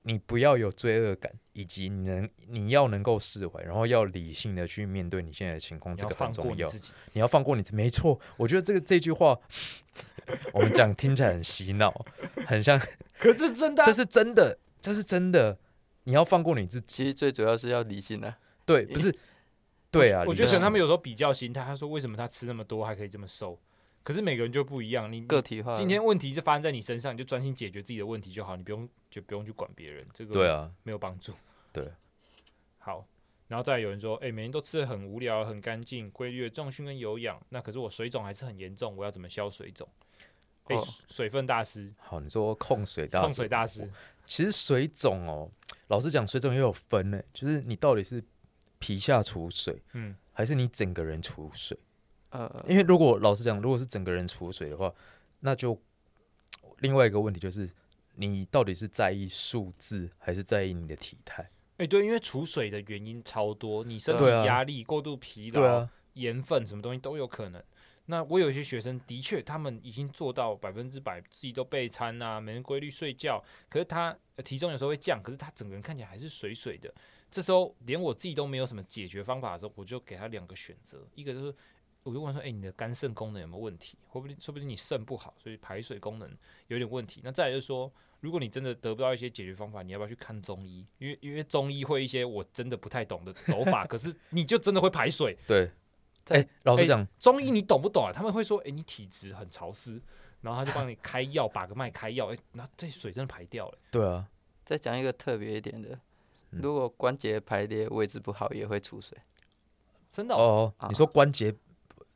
Speaker 1: 你不要有罪恶感，以及你能你要能够释怀，然后要理性的去面对你现在的情况，
Speaker 3: 你
Speaker 1: 这
Speaker 3: 要
Speaker 1: 个
Speaker 3: 放
Speaker 1: 很
Speaker 3: 过
Speaker 1: 重
Speaker 3: 你
Speaker 1: 要。
Speaker 3: 自己。
Speaker 1: 你要放过你自，没错。我觉得这个这句话， 我们讲听起来很洗脑，很像，
Speaker 3: 可是这是真的啊、
Speaker 1: 这是真的，这是真的。你要放过你自己，
Speaker 2: 其实最主要是要理性啊，
Speaker 1: 对，不是，对啊。
Speaker 3: 我觉得可能他们
Speaker 1: 有，
Speaker 3: 有时候比较心态，他说为什么他吃那么多还可以这么瘦？可是每个人就不一样，你
Speaker 2: 个体化的。
Speaker 3: 今天问题是发生在你身上，你就专心解决自己的问题就好，你不用就不用去管别人，这个
Speaker 1: 对，啊，
Speaker 3: 没有帮助。
Speaker 1: 对，
Speaker 3: 好，然后再有人说，哎、每天都吃的很无聊、很干净、规律的重训跟有氧，那可是我水肿还是很严重，我要怎么消水肿？哎、
Speaker 2: 哦
Speaker 3: 水分大师，
Speaker 1: 好，你说控水大，哦
Speaker 3: 控水大师，，
Speaker 1: 其实水肿哦，老实讲，水肿也有分呢，就是你到底是皮下出水，
Speaker 3: 嗯，
Speaker 1: 还是你整个人出水。
Speaker 2: 呃，
Speaker 1: 因为如果老实讲，如果是整个人储水的话，那就另外一个问题就是，你到底是在意数字还是在意你的体态？
Speaker 3: 哎、对，因为储水的原因超多，你身体
Speaker 1: 对啊
Speaker 3: 压力、过度疲劳，
Speaker 1: 对啊，
Speaker 3: 盐分什么东西都有可能。那我有一些学生的确，他们已经做到百分之百，自己都备餐啊，每天规律睡觉，可是他、呃体重有时候会降，可是他整个人看起来还是水水的。这时候连我自己都没有什么解决方法的时候，我就给他两个选择，一个就是我就问说，哎、你的肝肾功能有没有问题？会不会说不定你肾不好，所以排水功能有点问题？那再来就是说，如果你真的得不到一些解决方法，你要不要去看中医？因为因为中医会一些我真的不太懂的手法，可是你就真的会排水。
Speaker 1: 对。哎、老实
Speaker 3: 哎
Speaker 1: 讲，
Speaker 3: 中医你懂不懂啊？他们会说，哎、你体质很潮湿，然后他就帮你开药，把个脉开药，哎、然后这水真的排掉了、欸
Speaker 1: 对啊，
Speaker 2: 再讲一个特别一点的，
Speaker 1: 嗯
Speaker 2: 如果关节排列位置不好，也会出水。
Speaker 3: 真的、
Speaker 1: 哦
Speaker 3: 哦。
Speaker 1: 哦，你说关节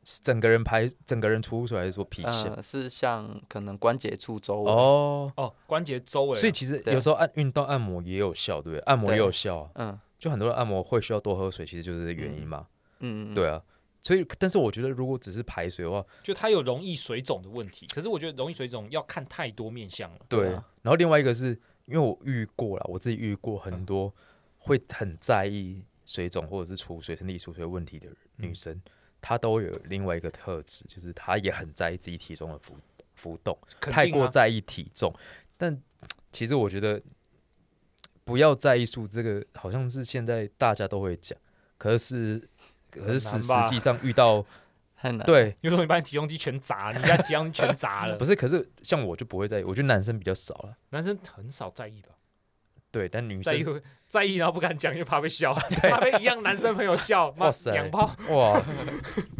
Speaker 1: 是整个人排，整个人出水，还是说皮下？
Speaker 2: 呃，是像可能关节处周围，
Speaker 1: 哦，
Speaker 3: 哦，关节周围啊，
Speaker 1: 所以其实
Speaker 2: 对
Speaker 1: 有时候按运动按摩也有效，对不对？按摩也
Speaker 2: 对
Speaker 1: 有效啊，
Speaker 2: 嗯
Speaker 1: 就很多人按摩会需要多喝水，其实就是这个原因嘛。
Speaker 2: 嗯，嗯，
Speaker 1: 对啊，所以但是我觉得如果只是排水的话，
Speaker 3: 就它有容易水肿的问题。可是我觉得容易水肿要看太多面相了。
Speaker 1: 对，
Speaker 2: 对
Speaker 1: 然
Speaker 2: 啊
Speaker 1: 后另外一个是因为我遇过了，我自己遇过很
Speaker 3: 嗯
Speaker 1: 多会很在意水肿或者是出水、身体出水问题的人女生，
Speaker 3: 嗯
Speaker 1: 她都有另外一个特质，就是她也很在意自己体重的浮浮动，
Speaker 3: 肯定啊
Speaker 1: 太过在意体重。但其实我觉得不要在意数，这个好像是现在大家都会讲，可是可是实
Speaker 3: 很难
Speaker 1: 实
Speaker 3: 吧
Speaker 1: 际上遇到
Speaker 2: 很难。，
Speaker 1: 对
Speaker 3: 有种你把你体重机全砸，你家体重机全砸了
Speaker 1: 不。是，可是像我就不会在意，我觉得男生比较少了。
Speaker 3: 男生很少在意吧？
Speaker 1: 对，但女
Speaker 3: 在
Speaker 1: 生
Speaker 3: 意会在意，然后不敢讲，因为怕 被笑，怕被一样男生朋友笑，妈
Speaker 1: 哇塞
Speaker 3: 两炮。
Speaker 1: 哇，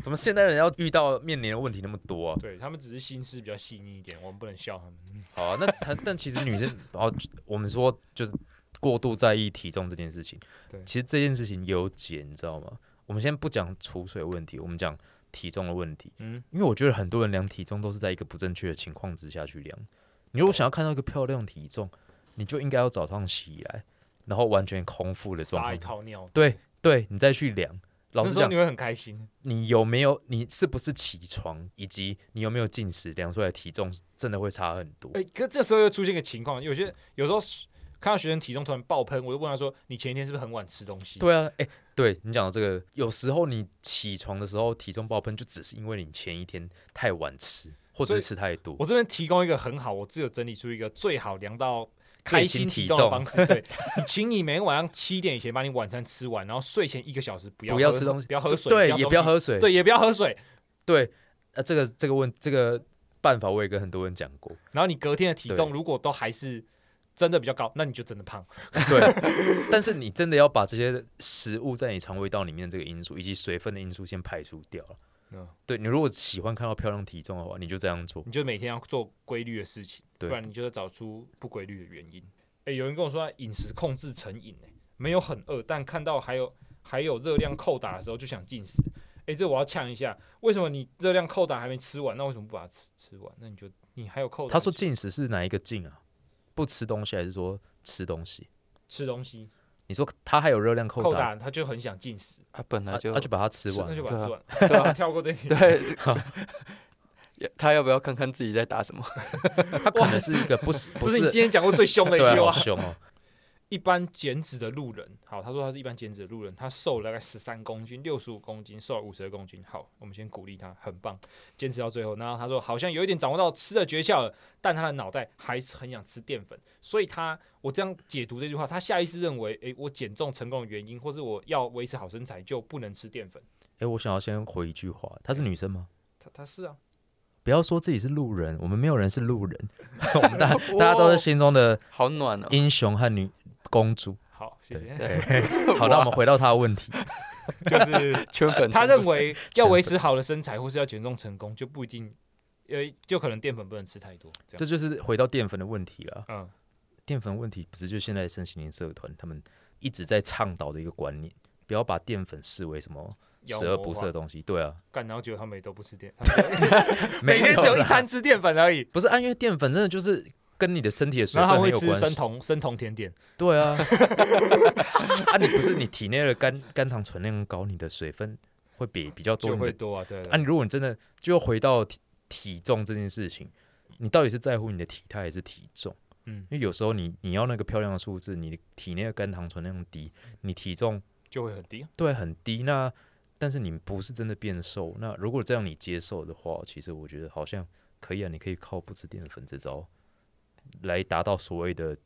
Speaker 1: 怎么现代人要遇到面临的问题那么多啊？
Speaker 3: 对他们只是心思比较细腻一点，我们不能笑他们。
Speaker 1: 好啊，那但但其实女生，哦，我们说就是过度在意体重这件事情，
Speaker 3: 对
Speaker 1: 其实这件事情有解，你知道吗？我们先不讲储水问题，我们讲体重的问题，
Speaker 3: 嗯，
Speaker 1: 因为我觉得很多人量体重都是在一个不正确的情况之下去量。你如果想要看到一个漂亮体重，你就应该要早上起来，然后完全空腹的状
Speaker 3: 撒一
Speaker 1: 况，
Speaker 3: 泡尿，
Speaker 1: 对对，你再去量。老
Speaker 3: 那
Speaker 1: 实
Speaker 3: 时候
Speaker 1: 讲
Speaker 3: 你，会很开心。
Speaker 1: 你有没有，你是不是起床，以及你有没有进食，量出来的体重真的会差很多。
Speaker 3: 哎、可这时候又出现一个情况，有些有时候看到学生体重突然爆喷，我就问他说：“你前一天是不是很晚吃东西？”，
Speaker 1: 对啊，哎、对你讲到这个，有时候你起床的时候体重爆喷，就只是因为你前一天太晚吃，或者
Speaker 3: 所以
Speaker 1: 是吃太多。
Speaker 3: 我这边提供一个很好，我只有整理出一个最好量到
Speaker 1: 最
Speaker 3: 开
Speaker 1: 新
Speaker 3: 心体
Speaker 1: 体
Speaker 3: 重
Speaker 1: 重
Speaker 3: 的方式。对，你请你每天晚上七点以前把你晚餐吃完，然后睡前一个小时不要
Speaker 1: 不要
Speaker 3: 喝
Speaker 1: 吃东西
Speaker 3: 不要喝水，
Speaker 1: 对，也
Speaker 3: 不
Speaker 1: 不要
Speaker 3: 东
Speaker 1: 喝水。
Speaker 3: 西，对，也不要喝水。
Speaker 1: 对，呃，这个这个问这个办法，我也跟很多人讲过。
Speaker 3: 然后你隔天的体重
Speaker 1: 对
Speaker 3: 如果都还是真的比较高，那你就真的胖。
Speaker 1: 对，但是你真的要把这些食物在你肠胃道里面的这个因素，以及水分的因素先排除掉了。
Speaker 3: 嗯
Speaker 1: 对你如果喜欢看到漂亮体重的话，你就这样做。
Speaker 3: 你就每天要做规律的事情，不
Speaker 1: 对
Speaker 3: 然你就要找出不规律的原因。诶，有人跟我说他饮食控制成瘾、欸，没有很饿，但看到还有还有热量扣打的时候就想进食。诶，这我要呛一下，为什么你热量扣打还没吃完？那为什么不把它吃吃完？那你就你还有扣打？
Speaker 1: 他说进食是哪一个进啊？不吃东西还是说吃东西？
Speaker 3: 吃东西
Speaker 1: 你说他还有热量扣
Speaker 3: 扣
Speaker 1: 打，
Speaker 3: 打，他就很想进食，
Speaker 2: 他啊本
Speaker 1: 他
Speaker 2: 来就
Speaker 1: 啊他就把它吃完
Speaker 3: 那就
Speaker 1: 了。
Speaker 3: 把它吃完，
Speaker 2: 对啊
Speaker 3: 跳过这一题。
Speaker 2: 对， 他要不要看看自己在打什么？
Speaker 1: 他可能是一个不是
Speaker 3: 这
Speaker 1: 不
Speaker 3: 是你
Speaker 1: 是
Speaker 3: 今天讲过最凶的一
Speaker 1: 对啊，
Speaker 3: 句
Speaker 1: 好
Speaker 3: 话。
Speaker 1: 凶哦。
Speaker 3: 一般减脂的路人，好，他说他是一般减脂的路人，他瘦了大概十三公斤，六十五公斤，瘦了五十二公斤。好，我们先鼓励他，很棒，坚持到最后。然后他说好像有一点掌握到吃的诀窍了，但他的脑袋还是很想吃淀粉，所以他我这样解读这句话，他下意识认为，诶，我减重成功的原因，或是我要维持好身材就不能吃淀粉。
Speaker 1: 哎，我想要先回一句话，她是女生吗？
Speaker 3: 他他是啊，
Speaker 1: 不要说自己是路人，我们没有人是路人， 我们大大家都是心中的
Speaker 2: 好暖哦！
Speaker 1: 英雄和女公主。
Speaker 3: 好，谢谢。
Speaker 1: 好，那我们回到他的问题。
Speaker 3: 就是
Speaker 2: 圈粉，
Speaker 3: 他认为要维持好的身材或是要减重成功，就不一定，呃，就可能淀粉不能吃太多，这
Speaker 1: 这
Speaker 3: 样。
Speaker 1: 就是回到淀粉的问题了。
Speaker 3: 嗯，
Speaker 1: 淀粉问题不是就现在身心灵社团他们一直在倡导的一个观念，不要把淀粉视为什么十恶不赦的东西。对啊，
Speaker 3: 干，然后结果他们也都不吃 淀，
Speaker 1: 没
Speaker 3: 每天只有一
Speaker 1: 啦
Speaker 3: 餐吃淀粉而已。
Speaker 1: 不是啊，因为淀粉真的就是跟你的身体的水
Speaker 3: 然后
Speaker 1: 分
Speaker 3: 他
Speaker 1: 很
Speaker 3: 会
Speaker 1: 有
Speaker 3: 吃
Speaker 1: 关
Speaker 3: 生
Speaker 1: 系。
Speaker 3: 酮生酮甜点，
Speaker 1: 对啊， 啊，你不是你体内的肝肝糖存量高，你的水分会比比较多，
Speaker 3: 就
Speaker 1: 你的
Speaker 3: 会多啊，对
Speaker 1: 啊，
Speaker 3: 啊，
Speaker 1: 你如果你真的就回到体体重这件事情，你到底是在乎你的体态还是体重？
Speaker 3: 嗯
Speaker 1: 嗯，因为有时候你你要那个漂亮的数字，你体内的肝糖存量低，你体重
Speaker 3: 就会很低。
Speaker 1: 对很低，那但是你不是真的变瘦。那如果这样你接受的话，其实我觉得好像可以啊，你可以靠不吃淀粉这招来达到所谓的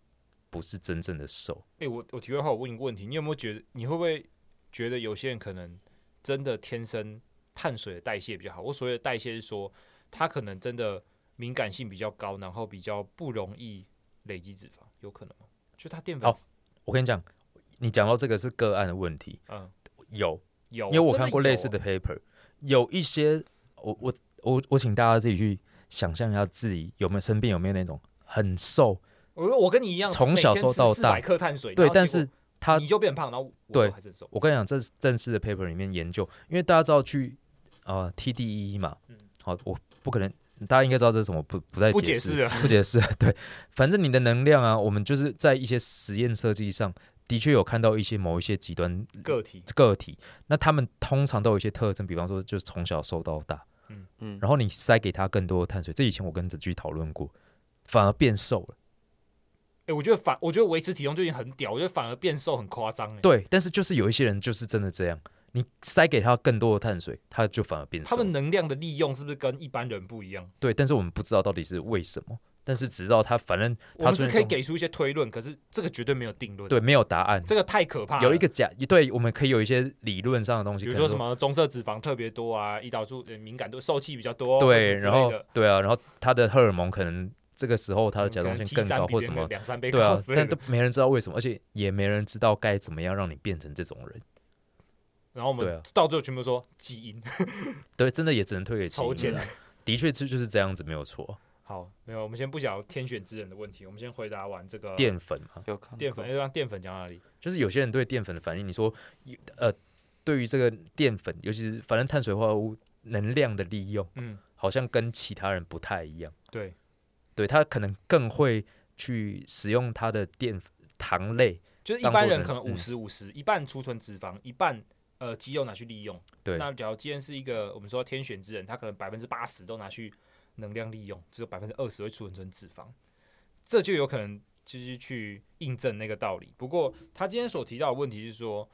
Speaker 1: 不是真正的瘦。
Speaker 3: 哎，我我题外话，我问你个问题，你有没有觉得，你会不会觉得有些人可能真的天生碳水的代谢比较好？我所谓的代谢是说，他可能真的敏感性比较高，然后比较不容易累积脂肪，有可能吗？就他淀粉
Speaker 1: 哦我跟你讲，你讲到这个是个案的问题，
Speaker 3: 嗯
Speaker 1: 有
Speaker 3: 有，啊
Speaker 1: 因为我
Speaker 3: 哦真的
Speaker 1: 看过类似
Speaker 3: 有
Speaker 1: 的 paper，有一些我我我我请大家自己去想象一下自己有没有生病，有没有那种很瘦，
Speaker 3: 我我跟你一样，
Speaker 1: 从小瘦到大
Speaker 3: 百克碳水，
Speaker 1: 对，
Speaker 3: 然后结
Speaker 1: 但
Speaker 3: 果
Speaker 1: 是他
Speaker 3: 你就变胖，然后我
Speaker 1: 对
Speaker 3: 还是很瘦，
Speaker 1: 我跟你讲，这是正式的 paper 里面研究，因为大家知道去呃 TDE 嘛
Speaker 3: 嗯，
Speaker 1: 好，我不可能，大家应该知道这是什么，不不再
Speaker 3: 不
Speaker 1: 解
Speaker 3: 解释了，
Speaker 1: 不解释，对，反正你的能量啊，我们就是在一些实验设计上的确有看到一些某一些极端
Speaker 3: 个体
Speaker 1: 个体，那他们通常都有一些特征，比方说就是从小瘦到大，嗯
Speaker 3: 嗯
Speaker 2: 嗯
Speaker 1: 嗯，然后你塞给他更多的碳水，这以前我跟子居讨论过，反而变瘦了，
Speaker 3: 哎、我觉得反，我觉得维持体重就已经很屌，我觉得反而变瘦很夸张哎。
Speaker 1: 对，但是就是有一些人就是真的这样，你塞给他更多的碳水，他就反而变
Speaker 3: 他
Speaker 1: 瘦，
Speaker 3: 们能量的利用是不是跟一般人不一样？
Speaker 1: 对，但是我们不知道到底是为什么，但是只知道他反正他
Speaker 3: 我们
Speaker 1: 出
Speaker 3: 是
Speaker 1: 现
Speaker 3: 可以
Speaker 1: 这种
Speaker 3: 给出一些推论，可是这个绝对没有定论。，
Speaker 1: 对没有答案，
Speaker 3: 这个太可怕了。
Speaker 1: 有一个，假对，我们可以有一些理论上的东西，
Speaker 3: 比如
Speaker 1: 可
Speaker 3: 说
Speaker 1: 能
Speaker 3: 什么棕色脂肪特别多啊，胰岛素呃敏感度、受气比较多，
Speaker 1: 对，
Speaker 3: 或者
Speaker 1: 然
Speaker 3: 什么
Speaker 1: 后
Speaker 3: 之类的
Speaker 1: 对啊，然后他的荷尔蒙可能这个时候他的甲状腺更高
Speaker 3: 嗯可能 T3 比
Speaker 1: 或什
Speaker 3: 别
Speaker 1: 么
Speaker 3: 人。两三倍
Speaker 1: 对
Speaker 3: 高
Speaker 1: 啊
Speaker 3: 之，类
Speaker 1: 但
Speaker 3: 的
Speaker 1: 都没人知道为什么，而且也没人知道该怎么样让你变成这种人。
Speaker 3: 然后我
Speaker 1: 对
Speaker 3: 们
Speaker 1: 啊
Speaker 3: 到最后全部说基因
Speaker 1: 对，真的也只能推给基
Speaker 3: 抽
Speaker 1: 因
Speaker 3: 签
Speaker 1: 了。。的确是就是这样子，没有错。
Speaker 3: 好，没有，我们先不讲天选之人的问题，我们先回答完这个
Speaker 1: 淀粉嘛，
Speaker 2: 有看过
Speaker 3: 淀粉，要让淀粉讲到哪里？
Speaker 1: 就是有些人对淀粉的反应，你说，呃，对于这个淀粉，尤其是反正碳水化合物能量的利用，
Speaker 3: 嗯，
Speaker 1: 好像跟其他人不太一样。
Speaker 3: 对，
Speaker 1: 对他可能更会去使用他的淀糖类，
Speaker 3: 就是一
Speaker 1: 当
Speaker 3: 般
Speaker 1: 做
Speaker 3: 人
Speaker 1: 人
Speaker 3: 可能
Speaker 1: 嗯
Speaker 3: 五十五十，一半储存脂肪，一半呃肌肉拿去利用。
Speaker 1: 对
Speaker 3: 那假如今天是一个我们说天选之人，他可能百分之八十都拿去能量利用，只有百分之二十会储存成脂肪，这就有可能就是去印证那个道理。不过他今天所提到的问题是说，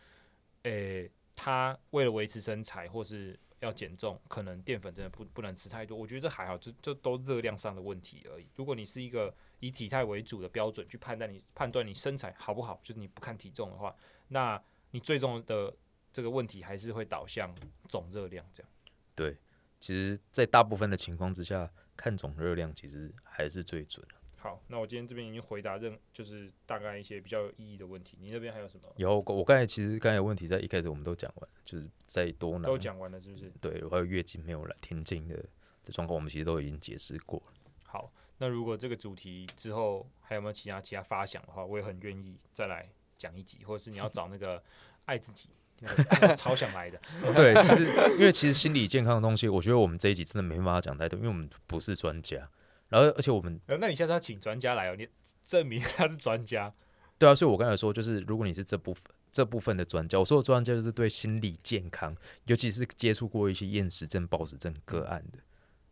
Speaker 3: 诶、他为了维持身材或是要减重，可能淀粉真的不不能吃太多。我觉得这还好，这这都热量上的问题而已。如果你是一个以体态为主的标准去判断你判断你身材好不好，就是你不看体重的话，那你最终的这个问题还是会导向总热量这样。
Speaker 1: 对，其实，在大部分的情况之下，看总热量其实还是最准的。
Speaker 3: 好，那我今天这边已经回答任就是大概一些比较有意义的问题，你那边还有什么？
Speaker 1: 然后我刚才其实刚才的问题在一开始我们都讲完，就是再多拿
Speaker 3: 都讲完了是不是？
Speaker 1: 对，还有月经没有来停经的的状况，我们其实都已经解释过了。
Speaker 3: 好，那如果这个主题之后还有没有其他其他发想的话，我也很愿意再来讲一集，或者是你要找那 个爱自己，那个那个超想来的。
Speaker 1: 对，其实因为其实心理健康的东西，我觉得我们这一集真的没办法讲太多，因为我们不是专家。然后，而且我们
Speaker 3: 呃那你下次要请专家来哦，你证明他是专家。
Speaker 1: 对啊，所以我刚才说，就是如果你是这部分这部分的专家，我说的专家就是对心理健康，尤其是接触过一些厌食症、暴食症个案的，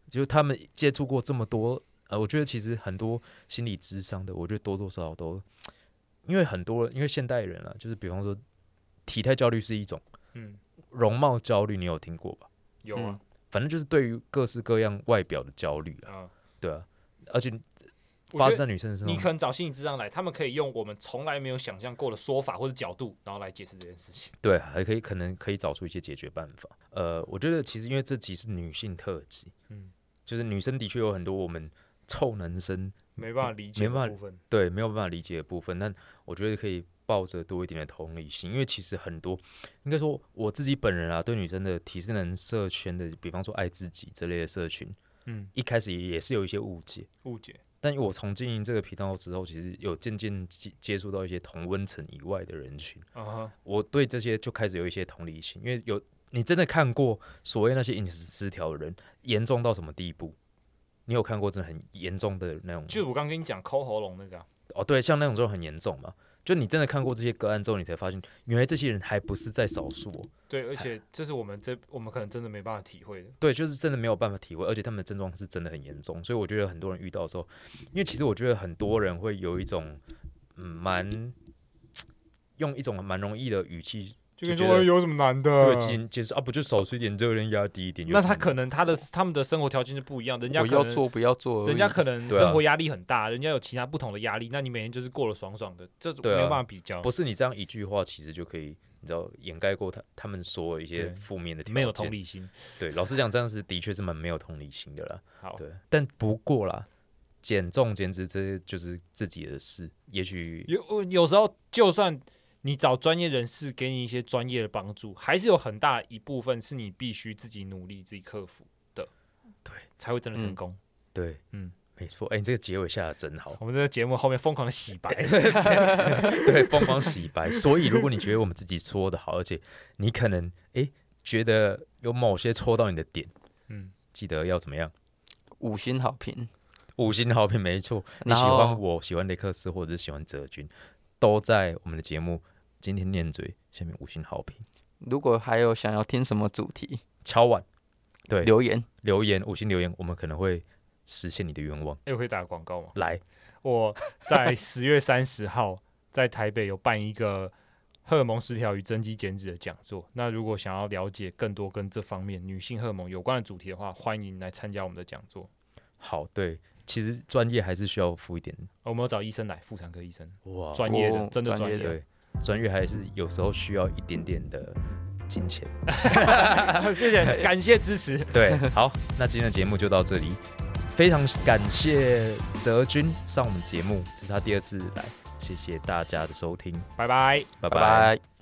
Speaker 1: 就是他们接触过这么多，呃，我觉得其实很多心理智商的，我觉得多多少少都，因为很多因为现代人啊，就是比方说体态焦虑是一种，
Speaker 3: 嗯，
Speaker 1: 容貌焦虑你有听过吧？
Speaker 3: 有啊，
Speaker 1: 反正就是对于各式各样外表的焦虑啊，
Speaker 3: 嗯，
Speaker 1: 对啊，而且
Speaker 3: 我
Speaker 1: 发
Speaker 3: 觉
Speaker 1: 生在
Speaker 3: 得
Speaker 1: 女生身
Speaker 3: 你
Speaker 1: 上，
Speaker 3: 可能找心理智商来，他们可以用我们从来没有想象过的说法或者角度，然后来解释这件事情。
Speaker 1: 对，还可以可能可以找出一些解决办法。呃，我觉得其实因为这集是女性特辑，
Speaker 3: 嗯
Speaker 1: 就是女生的确有很多我们臭男生
Speaker 3: 没办法理解
Speaker 1: 没办
Speaker 3: 的
Speaker 1: 法
Speaker 3: 部分，
Speaker 1: 对没有办法理解的部分，但我觉得可以抱着多一点的同理心，因为其实很多应该说我自己本人啊，对女生的体适能社圈的，比方说爱自己这类的社群，
Speaker 3: 嗯，
Speaker 1: 一开始也是有一些误解。
Speaker 3: 误解。
Speaker 1: 但我从经营这个频道之后，其实有渐渐接接触到一些同温层以外的人群，
Speaker 3: 啊哈，
Speaker 1: 我对这些就开始有一些同理心，因为有你真的看过所谓那些饮食失调的人严重到什么地步？你有看过真的很严重的那种？
Speaker 3: 就是我刚跟你讲抠喉咙那个、啊，
Speaker 1: 哦，对，像那种就很严重嘛。就你真的看过这些个案之后，你才发现原来这些人还不是在少数、哦，
Speaker 3: 对，而且这是我们这我们可能真的没办法体会的。
Speaker 1: 对，就是真的没有办法体会，而且他们的症状是真的很严重，所以我觉得很多人遇到的时候，因为其实我觉得很多人会有一种嗯蛮用一种蛮容易的语气
Speaker 3: 就跟
Speaker 1: 就
Speaker 3: 说、
Speaker 1: 觉得
Speaker 3: 哎有什么难的？
Speaker 1: 对解解释啊，不就少吃一点热量，压低一点。有
Speaker 3: 那
Speaker 1: 什
Speaker 3: 他
Speaker 1: 么
Speaker 3: 可能他的他们的生活条件是不一样，人家
Speaker 2: 我
Speaker 3: 可
Speaker 2: 要
Speaker 3: 能
Speaker 2: 做不要做而已，
Speaker 3: 人家可能
Speaker 1: 对啊
Speaker 3: 生活压力很大，人家有其他不同的压力，那你每天就是过得爽爽的，这
Speaker 1: 对啊
Speaker 3: 没有办法比较，
Speaker 1: 不是你这样一句话，其实就可以你知道掩盖过他他们所有一些
Speaker 3: 对
Speaker 1: 负面的条件。
Speaker 3: 没有同理心。
Speaker 1: 对，老实讲，这样是的确是蛮没有同理心的啦。
Speaker 3: 好，
Speaker 1: 对，但不过啦，减重减脂这就是自己的事，也许
Speaker 3: 有有时候就算你找专业人士给你一些专业的帮助，还是有很大一部分是你必须自己努力、自己克服的，
Speaker 1: 对，
Speaker 3: 才会真的成功。
Speaker 1: 对，
Speaker 3: 嗯，
Speaker 1: 没错。哎、你这个结尾下的真 好，
Speaker 3: 我们这个节目后面疯狂的洗 白，
Speaker 1: 对，疯狂洗白。所以，如果你觉得我们自己说的好，而且你可能哎、觉得有某些戳到你的点，
Speaker 3: 嗯，
Speaker 1: 记得要怎么样？
Speaker 2: 五星好评，
Speaker 1: 五星好评，没错。你
Speaker 2: 然
Speaker 1: 喜
Speaker 2: 后
Speaker 1: 欢我喜欢雷克斯，或者是喜欢泽君，都在我们的节目。今天念嘴，下面五星好评，
Speaker 2: 如果还有想要听什么主题，
Speaker 1: 敲碗，对，留
Speaker 2: 留言。
Speaker 1: 留言五星留言，我们可能会实现你的愿望。
Speaker 3: 哎、我可以打广告吗？
Speaker 1: 来，
Speaker 3: 我在十月三十号在台北有办一个荷尔蒙失调与增肌减脂的讲座。那如果想要了解更多跟这方面女性荷尔蒙有关的主题的话，欢迎来参加我们的讲座。
Speaker 1: 好，对，其实专业还是需要付一点
Speaker 3: 我们有找医生来，妇产科医生，
Speaker 1: 哇，
Speaker 3: 专业的，
Speaker 2: 哦
Speaker 3: 真的专
Speaker 2: 专业
Speaker 3: 业
Speaker 2: 的
Speaker 3: 的。
Speaker 1: 对，专业还是有时候需要一点点的金钱。
Speaker 3: 谢谢， 感谢支持。
Speaker 1: 对，好，那今天的节目就到这里，非常感谢泽君上我们节目，这是他第二次来，谢谢大家的收听，
Speaker 3: 拜拜。
Speaker 1: 拜
Speaker 2: 拜拜